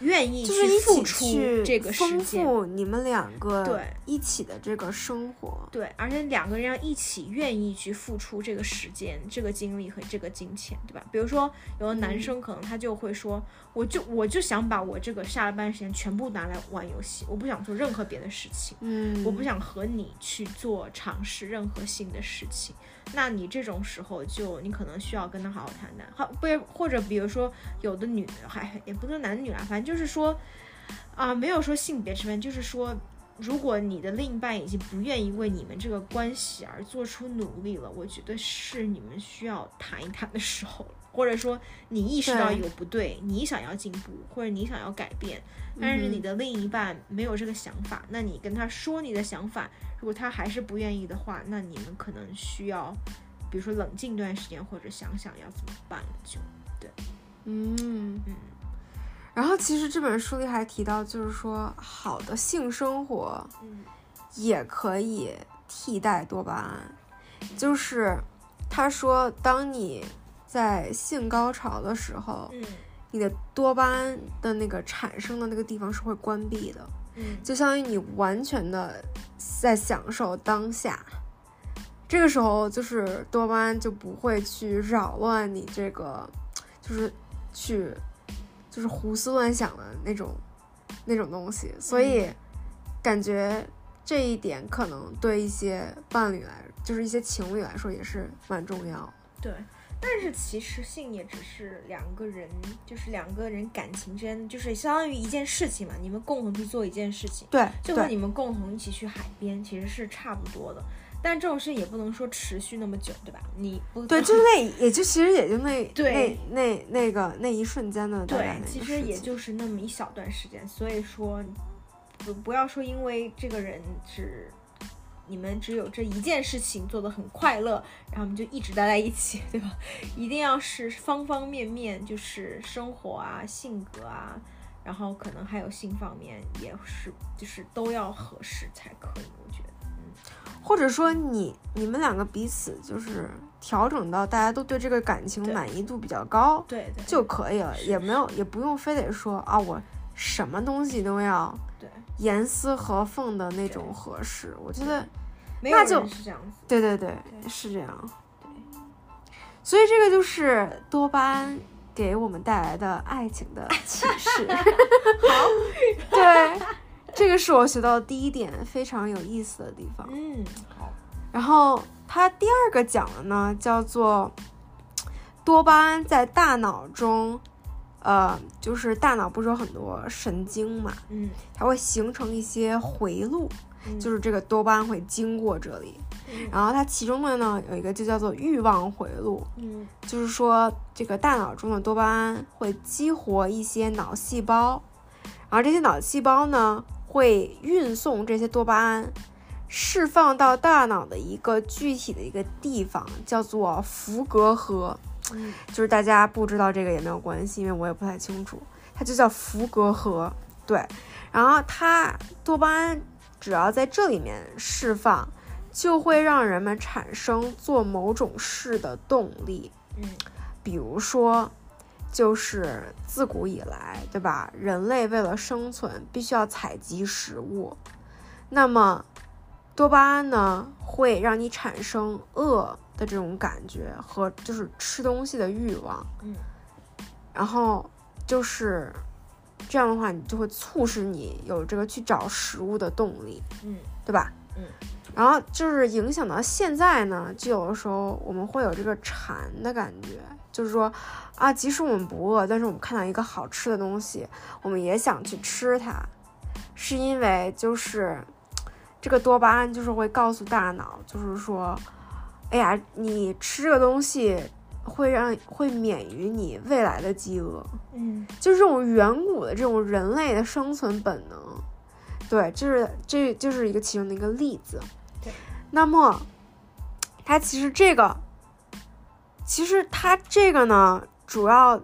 [SPEAKER 2] 愿意
[SPEAKER 1] 就是一
[SPEAKER 2] 付
[SPEAKER 1] 起
[SPEAKER 2] 出
[SPEAKER 1] 去
[SPEAKER 2] 这个时
[SPEAKER 1] 丰
[SPEAKER 2] 间，
[SPEAKER 1] 富你们两个
[SPEAKER 2] 对
[SPEAKER 1] 一起的这个生活。
[SPEAKER 2] 对，而且两个人要一起愿意去付出这个时间、这个精力和这个金钱，对吧？比如说，有的男
[SPEAKER 1] 嗯
[SPEAKER 2] 生可能他就会说，我就我就想把我这个下了班时间全部拿来玩游戏，我不想做任何别的事情，
[SPEAKER 1] 嗯，
[SPEAKER 2] 我不想和你去做尝试任何新的事情。那你这种时候就你可能需要跟他好好谈谈，好不或者比如说有的女还也不是男女啊，反正就是说啊、没有说性别之分，就是说如果你的另一半已经不愿意为你们这个关系而做出努力了，我觉得是你们需要谈一谈的时候了，或者说你意识到
[SPEAKER 1] 对
[SPEAKER 2] 有不对，你想要进步或者你想要改变，但
[SPEAKER 1] 嗯
[SPEAKER 2] 是
[SPEAKER 1] 哼
[SPEAKER 2] 你的另一半没有这个想法，那你跟他说你的想法，如果他还是不愿意的话，那你们可能需要，比如说冷静一段时间，或者想想要怎么办了就。
[SPEAKER 1] 嗯
[SPEAKER 2] 嗯。
[SPEAKER 1] 然后其实这本书里还提到，就是说好的性生活
[SPEAKER 2] 嗯
[SPEAKER 1] 也可以替代多巴胺，就是他说，当你在性高潮的时候，
[SPEAKER 2] 嗯
[SPEAKER 1] 你的多巴胺的那个产生的那个地方是会关闭的，
[SPEAKER 2] 嗯
[SPEAKER 1] 就相当于你完全的在享受当下。这个时候，就是多巴胺就不会去扰乱你这个，就是去就是胡思乱想的那种那种东西，所以感觉这一点可能对一些伴侣来，就是一些情侣来说也是蛮重要的。
[SPEAKER 2] 对。但是其实性也只是两个人，就是两个人感情之间，就是相当于一件事情嘛，你们共同去做一件事情，
[SPEAKER 1] 对，
[SPEAKER 2] 就和你们共同一起去海边其实是差不多的。但这种事也不能说持续那么久，对吧？你不
[SPEAKER 1] 对，就那也就其实也就那
[SPEAKER 2] 对
[SPEAKER 1] 那那那个那一瞬间的大概
[SPEAKER 2] 对
[SPEAKER 1] 那，个
[SPEAKER 2] 其
[SPEAKER 1] 事
[SPEAKER 2] 实也
[SPEAKER 1] 情
[SPEAKER 2] 就是那么一小段时间，所以说不不要说因为这个人只你们只有这一件事情做得很快乐，然后你们就一直待在一起， 对吧？一定要是方方面面，就是生活啊、性格啊，然后可能还有性方面也是，就是都要合适才可以，我觉得。
[SPEAKER 1] 或者说你你们两个彼此就是调整到大家都对这个感情
[SPEAKER 2] 对
[SPEAKER 1] 满意度比较高
[SPEAKER 2] 对对
[SPEAKER 1] 就可以了，
[SPEAKER 2] 是
[SPEAKER 1] 也没有也不用非得说啊我什么东西都要
[SPEAKER 2] 对，
[SPEAKER 1] 严丝合缝的那种合适，我觉得
[SPEAKER 2] 没有
[SPEAKER 1] 那就
[SPEAKER 2] 人是这样子。
[SPEAKER 1] 对对对
[SPEAKER 2] 对
[SPEAKER 1] 是这样，
[SPEAKER 2] 对，
[SPEAKER 1] 所以这个就是多巴胺给我们带来的爱情的启 示。 对，这个是我学到的第一点非常有意思的地方。
[SPEAKER 2] 嗯，好，
[SPEAKER 1] 然后它第二个讲的呢，叫做多巴胺在大脑中，呃，就是大脑不是有很多神经嘛，
[SPEAKER 2] 嗯，
[SPEAKER 1] 它会形成一些回路，
[SPEAKER 2] 嗯
[SPEAKER 1] 就是这个多巴胺会经过这里。
[SPEAKER 2] 嗯
[SPEAKER 1] 然后它其中的呢有一个就叫做欲望回路，
[SPEAKER 2] 嗯
[SPEAKER 1] 就是说这个大脑中的多巴胺会激活一些脑细胞，然后这些脑细胞呢会运送这些多巴胺释放到大脑的一个具体的一个地方，叫做伏隔核。
[SPEAKER 2] 嗯
[SPEAKER 1] 就是大家不知道这个也没有关系，因为我也不太清楚，它就叫伏隔核。对，然后它多巴胺只要在这里面释放，就会让人们产生做某种事的动力。
[SPEAKER 2] 嗯
[SPEAKER 1] 比如说，就是自古以来，对吧？人类为了生存，必须要采集食物。那么，多巴胺呢，会让你产生饿的这种感觉和就是吃东西的欲望。
[SPEAKER 2] 嗯
[SPEAKER 1] 然后就是这样的话，你就会促使你有这个去找食物的动力。
[SPEAKER 2] 嗯
[SPEAKER 1] 对吧？
[SPEAKER 2] 嗯。
[SPEAKER 1] 然后就是影响到现在呢，就有的时候我们会有这个馋的感觉，就是说，啊，即使我们不饿，但是我们看到一个好吃的东西，我们也想去吃它，是因为就是这个多巴胺就是会告诉大脑，就是说，哎呀，你吃这个东西会让会免于你未来的饥饿，
[SPEAKER 2] 嗯
[SPEAKER 1] 就是这种远古的这种人类的生存本能。对，这是这就是一个其中的一个例子。
[SPEAKER 2] 对，
[SPEAKER 1] 那么它其实这个，其实它这个呢，主要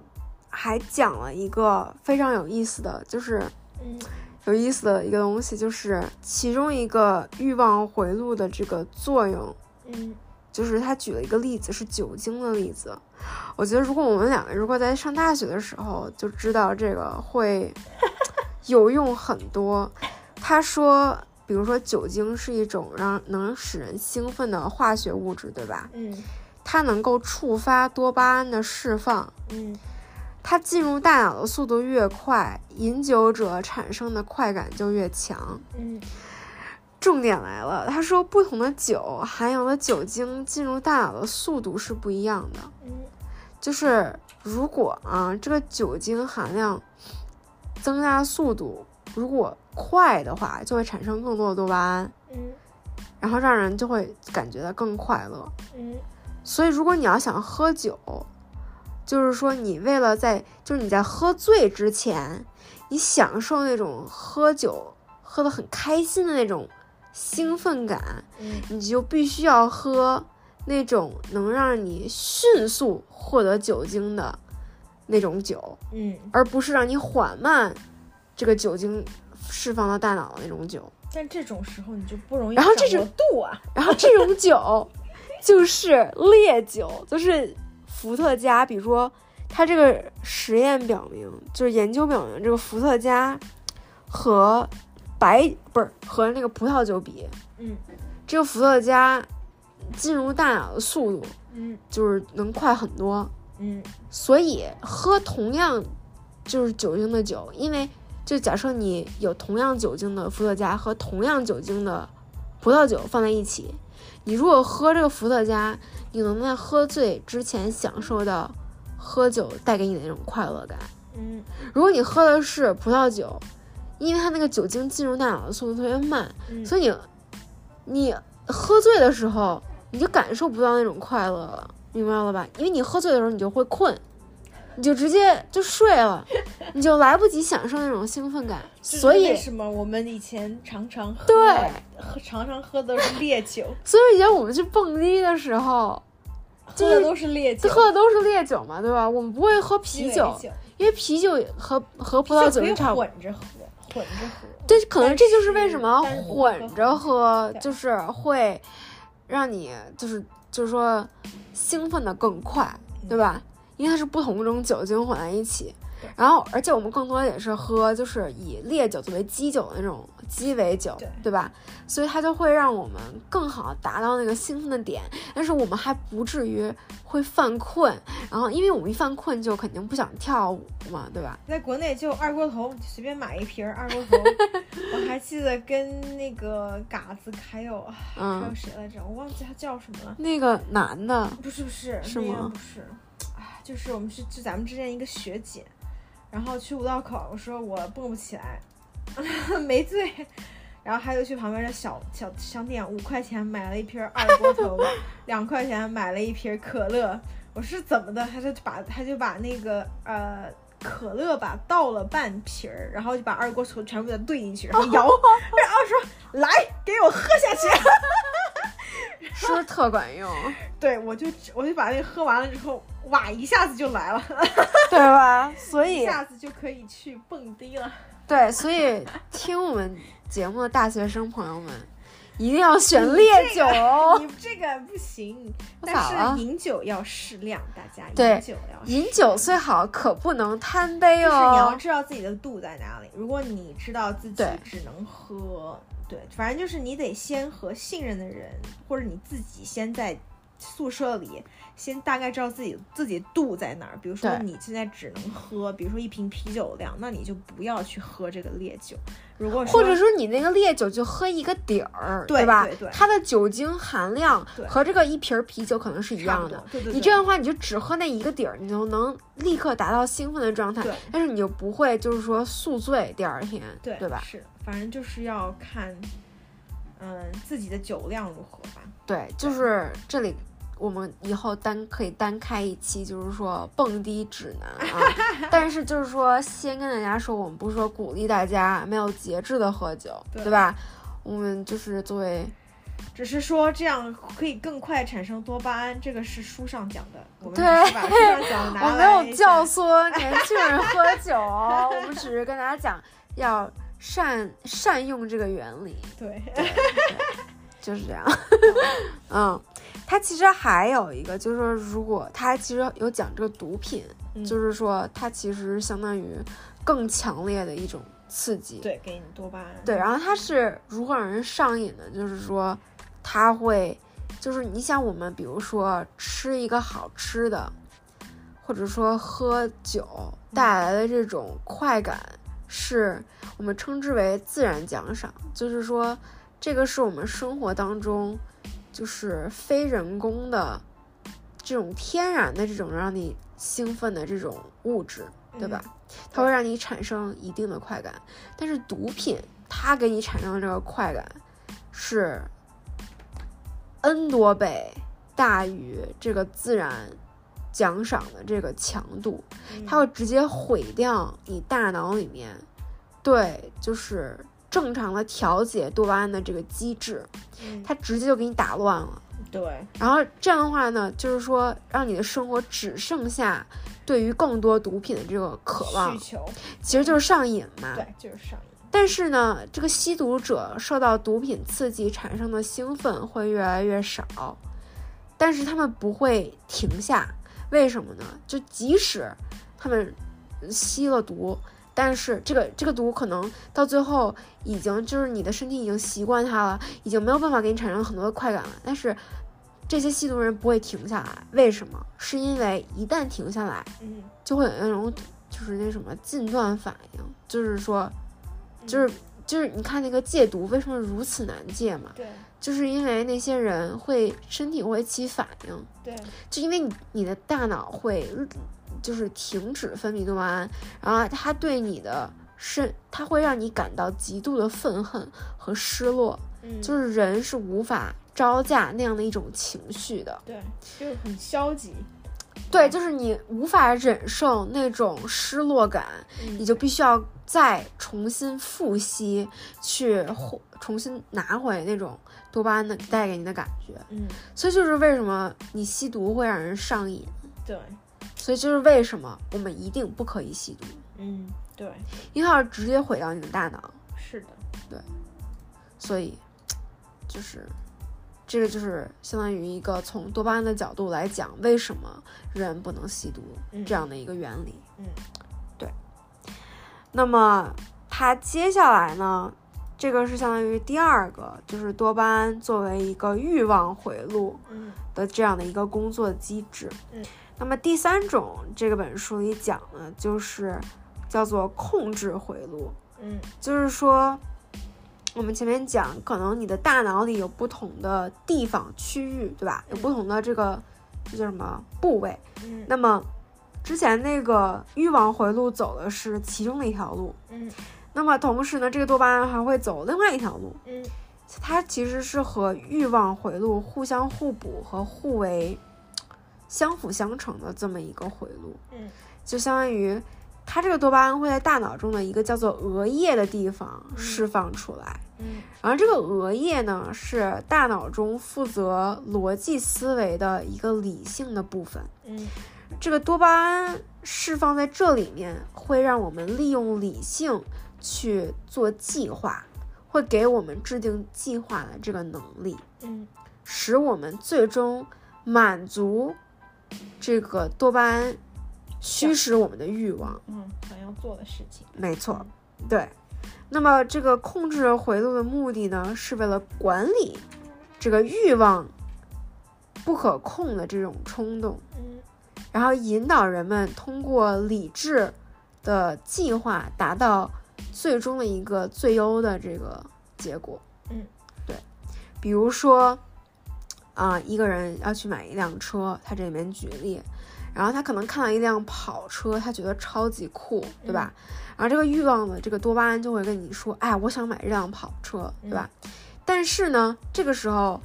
[SPEAKER 1] 还讲了一个非常有意思的，就是
[SPEAKER 2] 嗯
[SPEAKER 1] 有意思的一个东西，就是其中一个欲望回路的这个作用，
[SPEAKER 2] 嗯
[SPEAKER 1] 就是他举了一个例子，是酒精的例子。我觉得如果我们两个如果在上大学的时候就知道这个，会有用很多。他说，比如说酒精是一种让能使人兴奋的化学物质，对吧？
[SPEAKER 2] 嗯
[SPEAKER 1] 它能够触发多巴胺的释放。
[SPEAKER 2] 嗯
[SPEAKER 1] 它进入大脑的速度越快，饮酒者产生的快感就越强。
[SPEAKER 2] 嗯
[SPEAKER 1] 重点来了，他说不同的酒含有的酒精进入大脑的速度是不一样的。
[SPEAKER 2] 嗯
[SPEAKER 1] 就是如果啊，这个酒精含量增加速度如果快的话，就会产生更多的多巴胺，
[SPEAKER 2] 嗯
[SPEAKER 1] 然后让人就会感觉到更快乐。
[SPEAKER 2] 嗯
[SPEAKER 1] 所以，如果你要想喝酒，就是说你为了在就是你在喝醉之前，你享受那种喝酒喝得很开心的那种兴奋感，
[SPEAKER 2] 嗯
[SPEAKER 1] 你就必须要喝那种能让你迅速获得酒精的那种酒，
[SPEAKER 2] 嗯，
[SPEAKER 1] 而不是让你缓慢这个酒精释放到大脑的那种酒。
[SPEAKER 2] 但这种时候你就不容易
[SPEAKER 1] 然后这
[SPEAKER 2] 掌握
[SPEAKER 1] 种
[SPEAKER 2] 度啊，
[SPEAKER 1] 然后这种酒就是烈酒，就是伏特加。比如说，它这个实验表明，就是研究表明，这个伏特加和白不是和那个葡萄酒比，
[SPEAKER 2] 嗯
[SPEAKER 1] 这个伏特加进入大脑的速度
[SPEAKER 2] 嗯
[SPEAKER 1] 就是能快很多。
[SPEAKER 2] 嗯
[SPEAKER 1] 所以喝同样就是酒精的酒，因为就假设你有同样酒精的伏特加和同样酒精的葡萄酒放在一起，你如果喝这个伏特加，你能在喝醉之前享受到喝酒带给你的那种快乐感。
[SPEAKER 2] 嗯
[SPEAKER 1] 如果你喝的是葡萄酒，因为它那个酒精进入大脑的速度特别慢，
[SPEAKER 2] 嗯，
[SPEAKER 1] 所以你你喝醉的时候，你就感受不到那种快乐了，明白了吧？因为你喝醉的时候，你就会困，你就直接就睡 了，你就来不及享受那种兴奋感。
[SPEAKER 2] 这是
[SPEAKER 1] 所以
[SPEAKER 2] 为，什么我们以前常常喝
[SPEAKER 1] 对，
[SPEAKER 2] 喝常常喝的是烈酒，
[SPEAKER 1] 所以以前我们去蹦迪的时候，
[SPEAKER 2] 喝的都是烈酒，
[SPEAKER 1] 喝的都是烈酒嘛，对吧？我们不会喝
[SPEAKER 2] 鸡
[SPEAKER 1] 啤
[SPEAKER 2] 尾
[SPEAKER 1] 酒，
[SPEAKER 2] 酒
[SPEAKER 1] 因为啤酒和和葡萄酒
[SPEAKER 2] 可以
[SPEAKER 1] 是差不多。
[SPEAKER 2] 混着喝，混着喝。
[SPEAKER 1] 对，可能
[SPEAKER 2] 但
[SPEAKER 1] 这就是
[SPEAKER 2] 是
[SPEAKER 1] 为什么
[SPEAKER 2] 但是不
[SPEAKER 1] 混
[SPEAKER 2] 喝
[SPEAKER 1] 着喝
[SPEAKER 2] 对
[SPEAKER 1] 就是会让你就是就是说兴奋的更快，对吧？因为它是不同种酒精混在一起
[SPEAKER 2] 嗯对，
[SPEAKER 1] 然后而且我们更多的也是喝就是以烈酒作为基酒的那种鸡尾酒，
[SPEAKER 2] 对
[SPEAKER 1] 对吧？所以它就会让我们更好地达到那个兴奋的点，但是我们还不至于会犯困，然后因为我们一犯困就肯定不想跳舞嘛，对吧？
[SPEAKER 2] 在国内就二锅头，随便买一瓶儿二锅头。我还记得跟那个嘎子还有还有
[SPEAKER 1] 嗯，
[SPEAKER 2] 谁来着，我忘记他叫什么了。
[SPEAKER 1] 那个男的，
[SPEAKER 2] 不是不是，
[SPEAKER 1] 是
[SPEAKER 2] 那个
[SPEAKER 1] 吗
[SPEAKER 2] 不是，哎，就是我们是就咱们之间一个学姐，然后去五道口，我说我蹦不起来， 没醉，然后她就去旁边的小小商店，五块钱买了一瓶二锅头，两块钱买了一瓶可乐。我是怎么的？她就把她就把那个呃。可乐吧，倒了半瓶儿，然后就把二锅头全部给它兑进去， 然后 摇，然后说：“来，给我喝下去。”
[SPEAKER 1] 是不是特管用？
[SPEAKER 2] 对，我就只我就把那个喝完了之后，哇，一下子就来了，
[SPEAKER 1] 对吧？所
[SPEAKER 2] 一
[SPEAKER 1] 以
[SPEAKER 2] 下子就可以去蹦迪了。
[SPEAKER 1] 对，所以听我们节目的大学生朋友们，一定要选烈酒哦。
[SPEAKER 2] 你这个不行，
[SPEAKER 1] 我咋
[SPEAKER 2] 但
[SPEAKER 1] 了
[SPEAKER 2] 是饮酒要适量，大家
[SPEAKER 1] 对
[SPEAKER 2] 饮酒要适量。
[SPEAKER 1] 饮酒最好可不能贪杯
[SPEAKER 2] 就是你要
[SPEAKER 1] 哦。
[SPEAKER 2] 知道自己的度在哪里。如果你知道自己
[SPEAKER 1] 对
[SPEAKER 2] 只能喝，对，反正就是你得先和信任的人，或者你自己先在宿舍里先大概知道自己自己度在哪儿。比如说
[SPEAKER 1] 对
[SPEAKER 2] 你现在只能喝，比如说一瓶啤酒量，那你就不要去喝这个烈酒。如果
[SPEAKER 1] 或者
[SPEAKER 2] 是
[SPEAKER 1] 说你那个烈酒就喝一个底儿，
[SPEAKER 2] 对
[SPEAKER 1] 吧
[SPEAKER 2] 对对
[SPEAKER 1] 它的酒精含量
[SPEAKER 2] 对
[SPEAKER 1] 和这个一瓶啤酒可能是一
[SPEAKER 2] 差不
[SPEAKER 1] 样
[SPEAKER 2] 多
[SPEAKER 1] 的。，
[SPEAKER 2] 对对对，
[SPEAKER 1] 你这样的话，你就只喝那一个底儿，你就能立刻达到兴奋的状态
[SPEAKER 2] 对，
[SPEAKER 1] 但是你就不会就是说宿醉第二天，
[SPEAKER 2] 对
[SPEAKER 1] 对吧？
[SPEAKER 2] 是，反正就是要看，嗯、自己的酒量如何吧。
[SPEAKER 1] 对，就是这里，我们以后单可以单开一期，就是说蹦迪指南 啊。但是就是说，先跟大家说，我们不是说鼓励大家没有节制的喝酒，
[SPEAKER 2] 对
[SPEAKER 1] 对吧？我们就是作为
[SPEAKER 2] 只是说这样可以更快产生多巴胺，这个是书上讲的。我们
[SPEAKER 1] 对
[SPEAKER 2] 是把书上 讲的拿
[SPEAKER 1] 我没
[SPEAKER 2] 来
[SPEAKER 1] 有教唆年轻人喝酒哦，我们只是跟大家讲要善善用这个原理。
[SPEAKER 2] 对，
[SPEAKER 1] 就是这样。 嗯，它其实还有一个，就是说，如果它其实有讲这个毒品，
[SPEAKER 2] 嗯
[SPEAKER 1] 就是说它其实相当于更强烈的一种刺激。
[SPEAKER 2] 对，给你多巴胺。
[SPEAKER 1] 对，然后它是如何让人上瘾的？就是说，它会，就是你想我们比如说吃一个好吃的，或者说喝酒带来的这种快感，是我们称之为自然奖赏，就是说这个是我们生活当中就是非人工的这种天然的这种让你兴奋的这种物质，
[SPEAKER 2] 嗯
[SPEAKER 1] 对吧？它会让你产生一定的快感，但是毒品它给你产生的这个快感是 n 多倍大于这个自然奖赏的这个强度，
[SPEAKER 2] 嗯？
[SPEAKER 1] 它会直接毁掉你大脑里面对就是正常的调节多巴胺的这个机制，
[SPEAKER 2] 嗯
[SPEAKER 1] 它直接就给你打乱了。
[SPEAKER 2] 对
[SPEAKER 1] 然后这样的话呢，就是说让你的生活只剩下对于更多毒品的这个渴望啊
[SPEAKER 2] 需，求，
[SPEAKER 1] 其实就是上瘾嘛。
[SPEAKER 2] 对，就是上瘾。
[SPEAKER 1] 但是呢，这个吸毒者受到毒品刺激产生的兴奋会越来越少，但是他们不会停下，为什么呢？就即使他们吸了毒，但是这个这个毒可能到最后已经就是你的身体已经习惯它了，已经没有办法给你产生很多的快感了。但是这些吸毒人不会停下来，为什么？是因为一旦停下来，
[SPEAKER 2] 嗯，
[SPEAKER 1] 就会有那种就是那什么禁断反应，就是说，
[SPEAKER 2] 嗯
[SPEAKER 1] 就是就是你看那个戒毒为什么如此难戒嘛，
[SPEAKER 2] 对
[SPEAKER 1] 就是因为那些人会身体会起反应，
[SPEAKER 2] 对
[SPEAKER 1] 就因为你你的大脑会就是停止分泌多巴胺，然后它对你的身，它会让你感到极度的愤恨和失落，
[SPEAKER 2] 嗯，
[SPEAKER 1] 就是人是无法招架那样的一种情绪的。
[SPEAKER 2] 对，就是很消极，
[SPEAKER 1] 对，就是你无法忍受那种失落感，
[SPEAKER 2] 嗯
[SPEAKER 1] 你就必须要再重新复吸，去获重新拿回那种多巴胺的带给你的感觉。
[SPEAKER 2] 嗯，
[SPEAKER 1] 所以就是为什么你吸毒会让人上瘾，
[SPEAKER 2] 对，
[SPEAKER 1] 所以就是为什么我们一定不可以吸毒，
[SPEAKER 2] 嗯对，
[SPEAKER 1] 因为它是直接毁掉你的大脑。
[SPEAKER 2] 是的，
[SPEAKER 1] 所以，就是这个就是相当于一个从多巴胺的角度来讲，为什么人不能吸毒
[SPEAKER 2] 嗯
[SPEAKER 1] 这样的一个原理。
[SPEAKER 2] 嗯，
[SPEAKER 1] 对。那么它接下来呢，这个是相当于第二个，就是多巴胺作为一个欲望回路
[SPEAKER 2] 嗯
[SPEAKER 1] 的这样的一个工作机制。
[SPEAKER 2] 嗯，
[SPEAKER 1] 那么第三种，这个本书里讲的就是叫做控制回路。
[SPEAKER 2] 嗯
[SPEAKER 1] 就是说，我们前面讲，可能你的大脑里有不同的地方区域，对吧？有不同的这个这叫什么部位？
[SPEAKER 2] 嗯
[SPEAKER 1] 那么之前那个欲望回路走的是其中的一条路，
[SPEAKER 2] 嗯
[SPEAKER 1] 那么同时呢，这个多巴胺还会走另外一条路，
[SPEAKER 2] 嗯
[SPEAKER 1] 它其实是和欲望回路互相互补和互为相辅相成的这么一个回路。
[SPEAKER 2] 嗯，
[SPEAKER 1] 就相当于它这个多巴胺会在大脑中的一个叫做额叶的地方
[SPEAKER 2] 嗯
[SPEAKER 1] 释放出来。
[SPEAKER 2] 嗯
[SPEAKER 1] 然后这个额叶呢，是大脑中负责逻辑思维的一个理性的部分。
[SPEAKER 2] 嗯
[SPEAKER 1] 这个多巴胺释放在这里面，会让我们利用理性去做计划，会给我们制定计划的这个能力，
[SPEAKER 2] 嗯
[SPEAKER 1] 使我们最终满足这个多巴胺驱使我们的欲望。
[SPEAKER 2] 嗯，想要做的事情，
[SPEAKER 1] 没错，对。那么这个控制回路的目的呢，是为了管理这个欲望不可控的这种冲动，
[SPEAKER 2] 嗯
[SPEAKER 1] 然后引导人们通过理智的计划达到最终的一个最优的这个结果。
[SPEAKER 2] 嗯，
[SPEAKER 1] 对。比如说，啊、一个人要去买一辆车，他这里面举例，然后他可能看到一辆跑车，他觉得超级酷，对吧？然后这个欲望的这个多巴胺就会跟你说，哎，我想买这辆跑车，对吧？但是呢，这个时候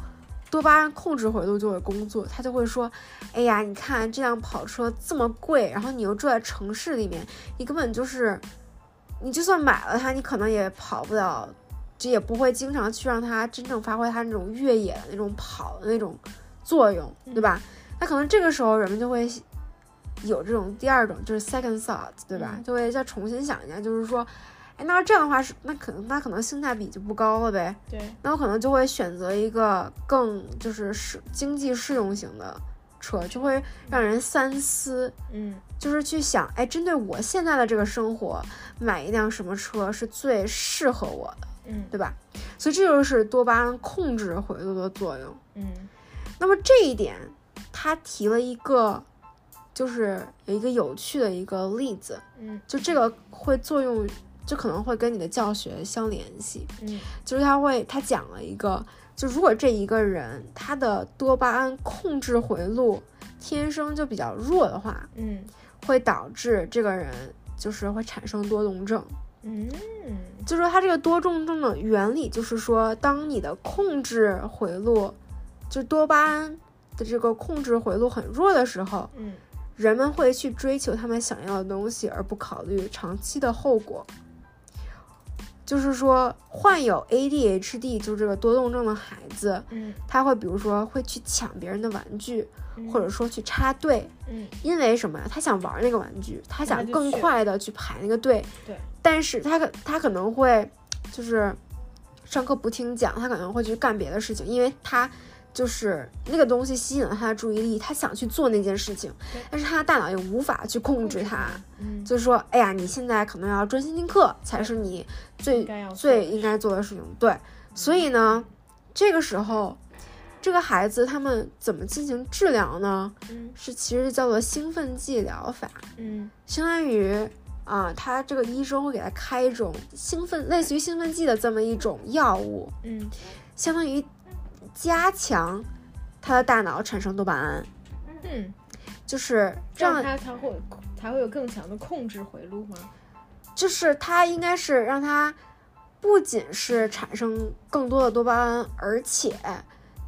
[SPEAKER 1] 多巴胺控制回路就会工作，他就会说，哎呀，你看这辆跑车这么贵，然后你又住在城市里面，你根本就是，你就算买了它，你可能也跑不了，这也不会经常去让它真正发挥它那种越野的那种跑的那种作用，对吧？那可能这个时候人们就会有这种第二种，就是 second thought，对吧？
[SPEAKER 2] 嗯
[SPEAKER 1] 就会再重新想一下，就是说，哎，那要这样的话是那可能那可能性价比就不高了呗，
[SPEAKER 2] 对，
[SPEAKER 1] 那我可能就会选择一个更就是适经济适用型的车，就会让人三思，
[SPEAKER 2] 嗯
[SPEAKER 1] 就是去想，哎，针对我现在的这个生活，买一辆什么车是最适合我的，
[SPEAKER 2] 嗯
[SPEAKER 1] 对吧？所以这就是多巴胺控制回路的作用。
[SPEAKER 2] 嗯
[SPEAKER 1] 那么这一点，他提了一个，就是有一个有趣的一个例子，
[SPEAKER 2] 嗯
[SPEAKER 1] 就这个会作用，就可能会跟你的教学相联系。
[SPEAKER 2] 嗯
[SPEAKER 1] 就是他会他讲了一个，就如果这一个人他的多巴胺控制回路天生就比较弱的话，
[SPEAKER 2] 嗯
[SPEAKER 1] 会导致这个人就是会产生多动症。
[SPEAKER 2] 嗯
[SPEAKER 1] 就说他这个多动症的原理就是说，当你的控制回路，就多巴胺的这个控制回路很弱的时候，
[SPEAKER 2] 嗯
[SPEAKER 1] 人们会去追求他们想要的东西，而不考虑长期的后果。就是说，患有 ADHD 就是这个多动症的孩子，
[SPEAKER 2] 嗯，
[SPEAKER 1] 他会比如说会去抢别人的玩具，或者说去插队，
[SPEAKER 2] 嗯
[SPEAKER 1] 因为什么呀？他想玩那个玩具，他
[SPEAKER 2] 那
[SPEAKER 1] 想
[SPEAKER 2] 就
[SPEAKER 1] 更
[SPEAKER 2] 去
[SPEAKER 1] 快的去排那个队。
[SPEAKER 2] 对。
[SPEAKER 1] 但是他可他可能会就是上课不听讲，他可能会去干别的事情，因为他就是那个东西吸引了他的注意力，他想去做那件事情
[SPEAKER 2] 对，
[SPEAKER 1] 但是他的大脑也无法去控制他，
[SPEAKER 2] 嗯，
[SPEAKER 1] 就是说，哎呀，你现在可能要专心听课，才是你最
[SPEAKER 2] 应该要做
[SPEAKER 1] 最
[SPEAKER 2] 的
[SPEAKER 1] 应该做的事情。对，所以呢，这个时候，这个孩子他们怎么进行治疗呢？
[SPEAKER 2] 嗯
[SPEAKER 1] 是其实叫做兴奋剂疗法，
[SPEAKER 2] 嗯
[SPEAKER 1] 相当于啊、他这个医生会给他开一种兴奋，类似于兴奋剂的这么一种药物，
[SPEAKER 2] 嗯
[SPEAKER 1] 相当于加强他的大脑产生多巴胺，
[SPEAKER 2] 嗯，
[SPEAKER 1] 就是
[SPEAKER 2] 这样
[SPEAKER 1] 让
[SPEAKER 2] 他才会才会有更强的控制回路吗？
[SPEAKER 1] 就是它应该是让它不仅是产生更多的多巴胺，而且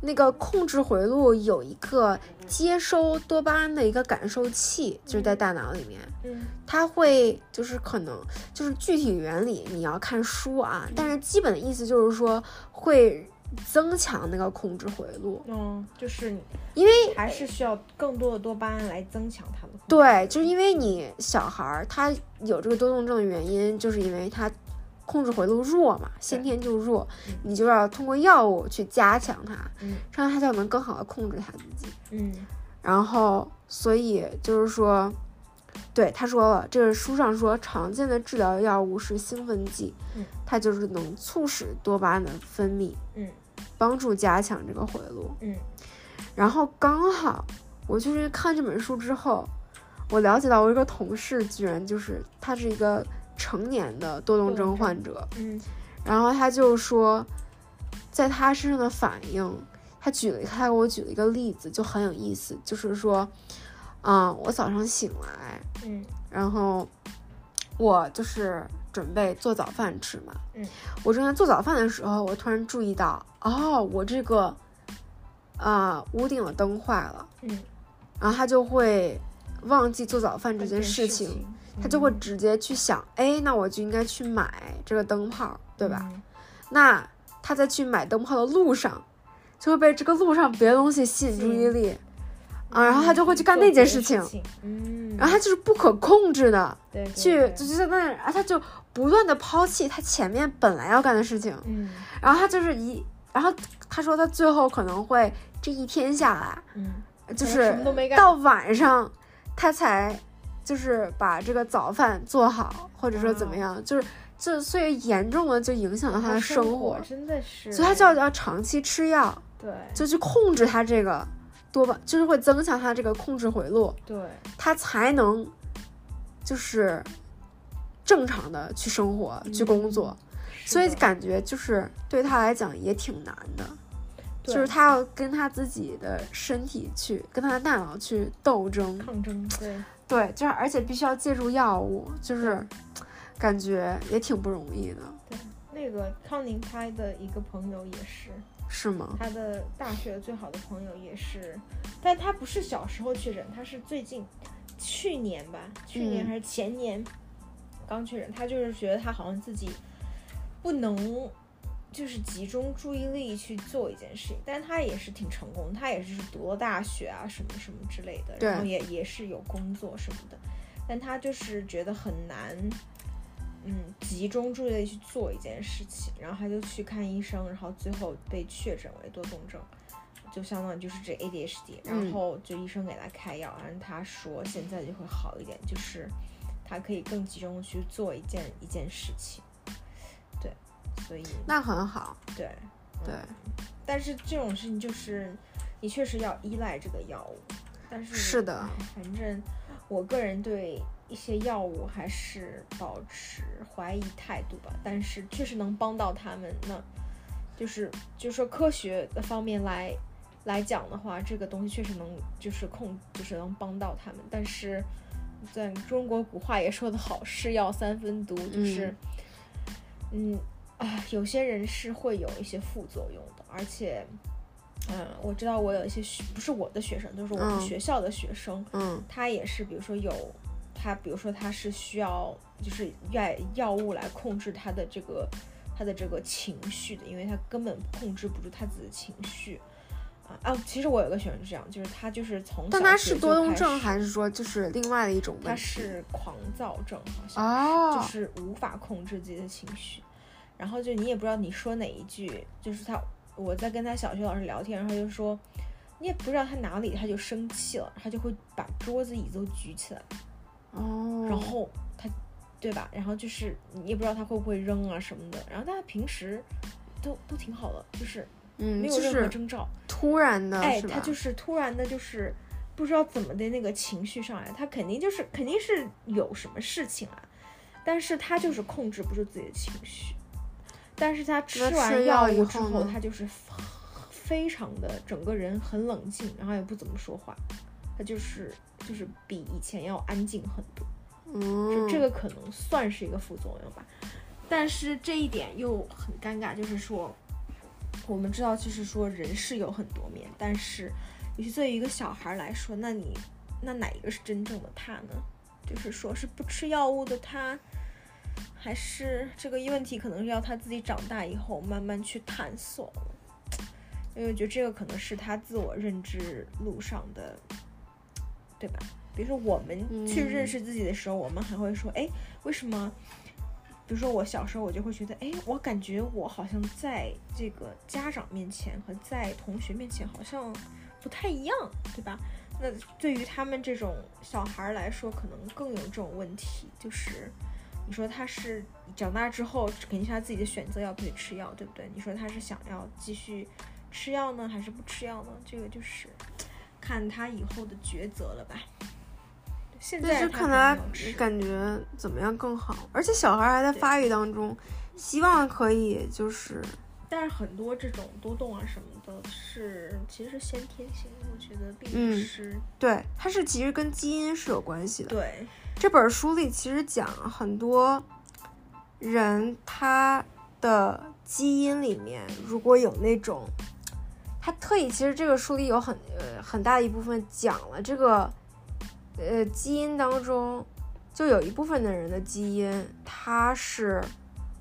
[SPEAKER 1] 那个控制回路有一个接收多巴胺的一个感受器，就是在大脑里面，
[SPEAKER 2] 嗯
[SPEAKER 1] 它会就是可能就是具体原理你要看书啊，但是基本的意思就是说会增强那个控制回路，
[SPEAKER 2] 嗯，就是你
[SPEAKER 1] 因为
[SPEAKER 2] 还是需要更多的多巴胺来增强他的控制。
[SPEAKER 1] 对，就是因为你小孩儿他有这个多动症的原因，就是因为他控制回路弱嘛，先天就弱
[SPEAKER 2] 嗯，
[SPEAKER 1] 你就要通过药物去加强它，
[SPEAKER 2] 嗯
[SPEAKER 1] 这样他才能更好的控制他自己。
[SPEAKER 2] 嗯
[SPEAKER 1] 然后，所以就是说，对他说了，这个书上说常见的治疗药物是兴奋剂
[SPEAKER 2] 嗯，
[SPEAKER 1] 它就是能促使多巴胺的分泌，
[SPEAKER 2] 嗯
[SPEAKER 1] 帮助加强这个回路。
[SPEAKER 2] 嗯
[SPEAKER 1] 然后刚好我就是看这本书之后，我了解到我一个同事居然就是他是一个成年的多动症患者，
[SPEAKER 2] 嗯
[SPEAKER 1] 然后他就说，在他身上的反应，他举了他给我举了一个例子，就很有意思，就是说，嗯，我早上醒来，
[SPEAKER 2] 嗯
[SPEAKER 1] 然后我就是准备做早饭吃嘛。
[SPEAKER 2] 嗯，
[SPEAKER 1] 我正在做早饭的时候，我突然注意到，哦，我这个啊、屋顶的灯坏了，
[SPEAKER 2] 嗯，
[SPEAKER 1] 然后他就会忘记做早饭这
[SPEAKER 2] 这
[SPEAKER 1] 件事情，
[SPEAKER 2] 情
[SPEAKER 1] 他就会直接去想，哎，那我就应该去买这个灯泡，对吧？？
[SPEAKER 2] 嗯
[SPEAKER 1] 那他在去买灯泡的路上，就会被这个路上别的东西吸引注意力。啊，然后他就会去干那件事情，，
[SPEAKER 2] 嗯，
[SPEAKER 1] 然后他就是不可控制的，
[SPEAKER 2] 对对
[SPEAKER 1] 去
[SPEAKER 2] 对
[SPEAKER 1] 就就在那儿啊，他就不断的抛弃他前面本来要干的事情，
[SPEAKER 2] 嗯
[SPEAKER 1] 然后他就是一，然后他说他最后可能会这一天下来，
[SPEAKER 2] 嗯
[SPEAKER 1] 就
[SPEAKER 2] 什
[SPEAKER 1] 是
[SPEAKER 2] 么都没干
[SPEAKER 1] 到晚上他才就是把这个早饭做好，或者说怎么
[SPEAKER 2] 啊
[SPEAKER 1] 样，就是这所以严重的就影响到他的生活，
[SPEAKER 2] 真的是，
[SPEAKER 1] 所以他就要要长期吃药，
[SPEAKER 2] 对
[SPEAKER 1] 就去控制他这个多巴，就是会增强他这个控制回路，
[SPEAKER 2] 对
[SPEAKER 1] 他才能就是正常的去生活、去工作，
[SPEAKER 2] 是
[SPEAKER 1] 所以
[SPEAKER 2] 的
[SPEAKER 1] 感觉嗯就是对他来讲也挺难的，就
[SPEAKER 2] 对
[SPEAKER 1] 是他要跟他自己的身体去跟他的大脑去斗争，
[SPEAKER 2] 抗争，对
[SPEAKER 1] 对，就是而且必须要借助药物，就是感觉也挺不容易的，
[SPEAKER 2] 对，那个康宁他的一个朋友也是，
[SPEAKER 1] 是吗？
[SPEAKER 2] 他的大学最好的朋友也是，但他不是小时候确诊，他是最近去年吧，去年
[SPEAKER 1] 嗯
[SPEAKER 2] 还是前年、刚确诊。他就是觉得他好像自己不能就是集中注意力去做一件事情，但他也是挺成功，他也是读了大学啊什么什么之类的，
[SPEAKER 1] 对
[SPEAKER 2] 然后也也是有工作什么的，但他就是觉得很难。嗯，集中注意力去做一件事情，然后他就去看医生，然后最后被确诊为多动症，就相当于就是这 ADHD，然
[SPEAKER 1] 嗯
[SPEAKER 2] 后就医生给他开药，然后他说现在就会好一点，就是他可以更集中地去做一件一件事情，对，所以
[SPEAKER 1] 那很好，
[SPEAKER 2] 对，
[SPEAKER 1] 对，
[SPEAKER 2] 但是这种事情就是你确实要依赖这个药物，但是
[SPEAKER 1] 是的
[SPEAKER 2] 哎反正我个人对一些药物还是保持怀疑态度吧，但是确实能帮到他们，那就是就是说科学的方面来来讲的话，这个东西确实能就是控就是能帮到他们，但是。在中国古话也说得好，“是药三分毒”，就是，嗯啊，有些人是会有一些副作用的，而且，嗯，我知道我有一些学不是我的学生，就是我们
[SPEAKER 1] 嗯
[SPEAKER 2] 学校的学生，
[SPEAKER 1] 嗯
[SPEAKER 2] 他也是，比如说有他，比如说他是需要就是药药物来控制他的这个他的这个情绪的，因为他根本控制不住他自己的情绪。啊啊！其实我有个学生是这样，就是他就是从
[SPEAKER 1] 但
[SPEAKER 2] 小
[SPEAKER 1] 他
[SPEAKER 2] 学
[SPEAKER 1] 是
[SPEAKER 2] 就
[SPEAKER 1] 多动
[SPEAKER 2] 开
[SPEAKER 1] 症
[SPEAKER 2] 始
[SPEAKER 1] 还是说就是另外的一种问题？
[SPEAKER 2] 他是狂躁症，好像。
[SPEAKER 1] 嗯哦，
[SPEAKER 2] 就是无法控制自己的情绪，然后就你也不知道你说哪一句，就是他我在跟他小学老师聊天，然后他就说，你也不知道他哪里，他就生气了，他就会把桌子椅子都举起来，
[SPEAKER 1] 哦，
[SPEAKER 2] 然后他，对吧？然后就是你也不知道他会不会扔啊什么的。然后大家平时都都挺好的，就是
[SPEAKER 1] 嗯，
[SPEAKER 2] 没有
[SPEAKER 1] 就
[SPEAKER 2] 任何
[SPEAKER 1] 是
[SPEAKER 2] 征兆。
[SPEAKER 1] 突然的，
[SPEAKER 2] 哎，
[SPEAKER 1] 是吧
[SPEAKER 2] 他就是突然的，就是不知道怎么的那个情绪上来，他肯定就是肯定是有什么事情啊，但是他就是控制不住自己的情绪，但是他吃
[SPEAKER 1] 那吃
[SPEAKER 2] 完
[SPEAKER 1] 药以
[SPEAKER 2] 物之
[SPEAKER 1] 后
[SPEAKER 2] 后，
[SPEAKER 1] 呢
[SPEAKER 2] 他就是非常的整个人很冷静，然后也不怎么说话，他就是就是比以前要安静很多。
[SPEAKER 1] 嗯，
[SPEAKER 2] 就这个可能算是一个副作用吧。但是这一点又很尴尬，就是说，我们知道，就是说人是有很多面，但是，尤其对于一个小孩来说，那你那哪一个是真正的他呢？就是说是不吃药物的他，还是这个问题可能要他自己长大以后慢慢去探索了。因为我觉得这个可能是他自我认知路上的，对吧？比如说我们去认
[SPEAKER 1] 嗯
[SPEAKER 2] 识自己的时候，我们还会说，哎，为什么？比如说我小时候，我就会觉得，哎，我感觉我好像在这个家长面前和在同学面前好像不太一样，对吧？那对于他们这种小孩儿来说，可能更有这种问题，就是你说他是长大之后，肯定是他自己的选择要不要吃药，对不对？你说他是想要继续吃药呢，还是不吃药呢？这个就是看他以后的抉择了吧。现
[SPEAKER 1] 那
[SPEAKER 2] 在
[SPEAKER 1] 就
[SPEAKER 2] 他
[SPEAKER 1] 看
[SPEAKER 2] 可能
[SPEAKER 1] 他
[SPEAKER 2] 要吃
[SPEAKER 1] 感觉怎么样更好，而且小孩还在
[SPEAKER 2] 对
[SPEAKER 1] 发育当中，希望可以就是
[SPEAKER 2] 但是很多这种多动啊什么的是，其实是先天性，我觉得并
[SPEAKER 1] 嗯
[SPEAKER 2] 不是、
[SPEAKER 1] 对，它是其实跟基因是有关系的。
[SPEAKER 2] 对
[SPEAKER 1] 这本书里其实讲很多人他的基因里面如果有那种，他特意其实这个书里有很呃很大一部分讲了这个呃基因当中就有一部分的人的基因它是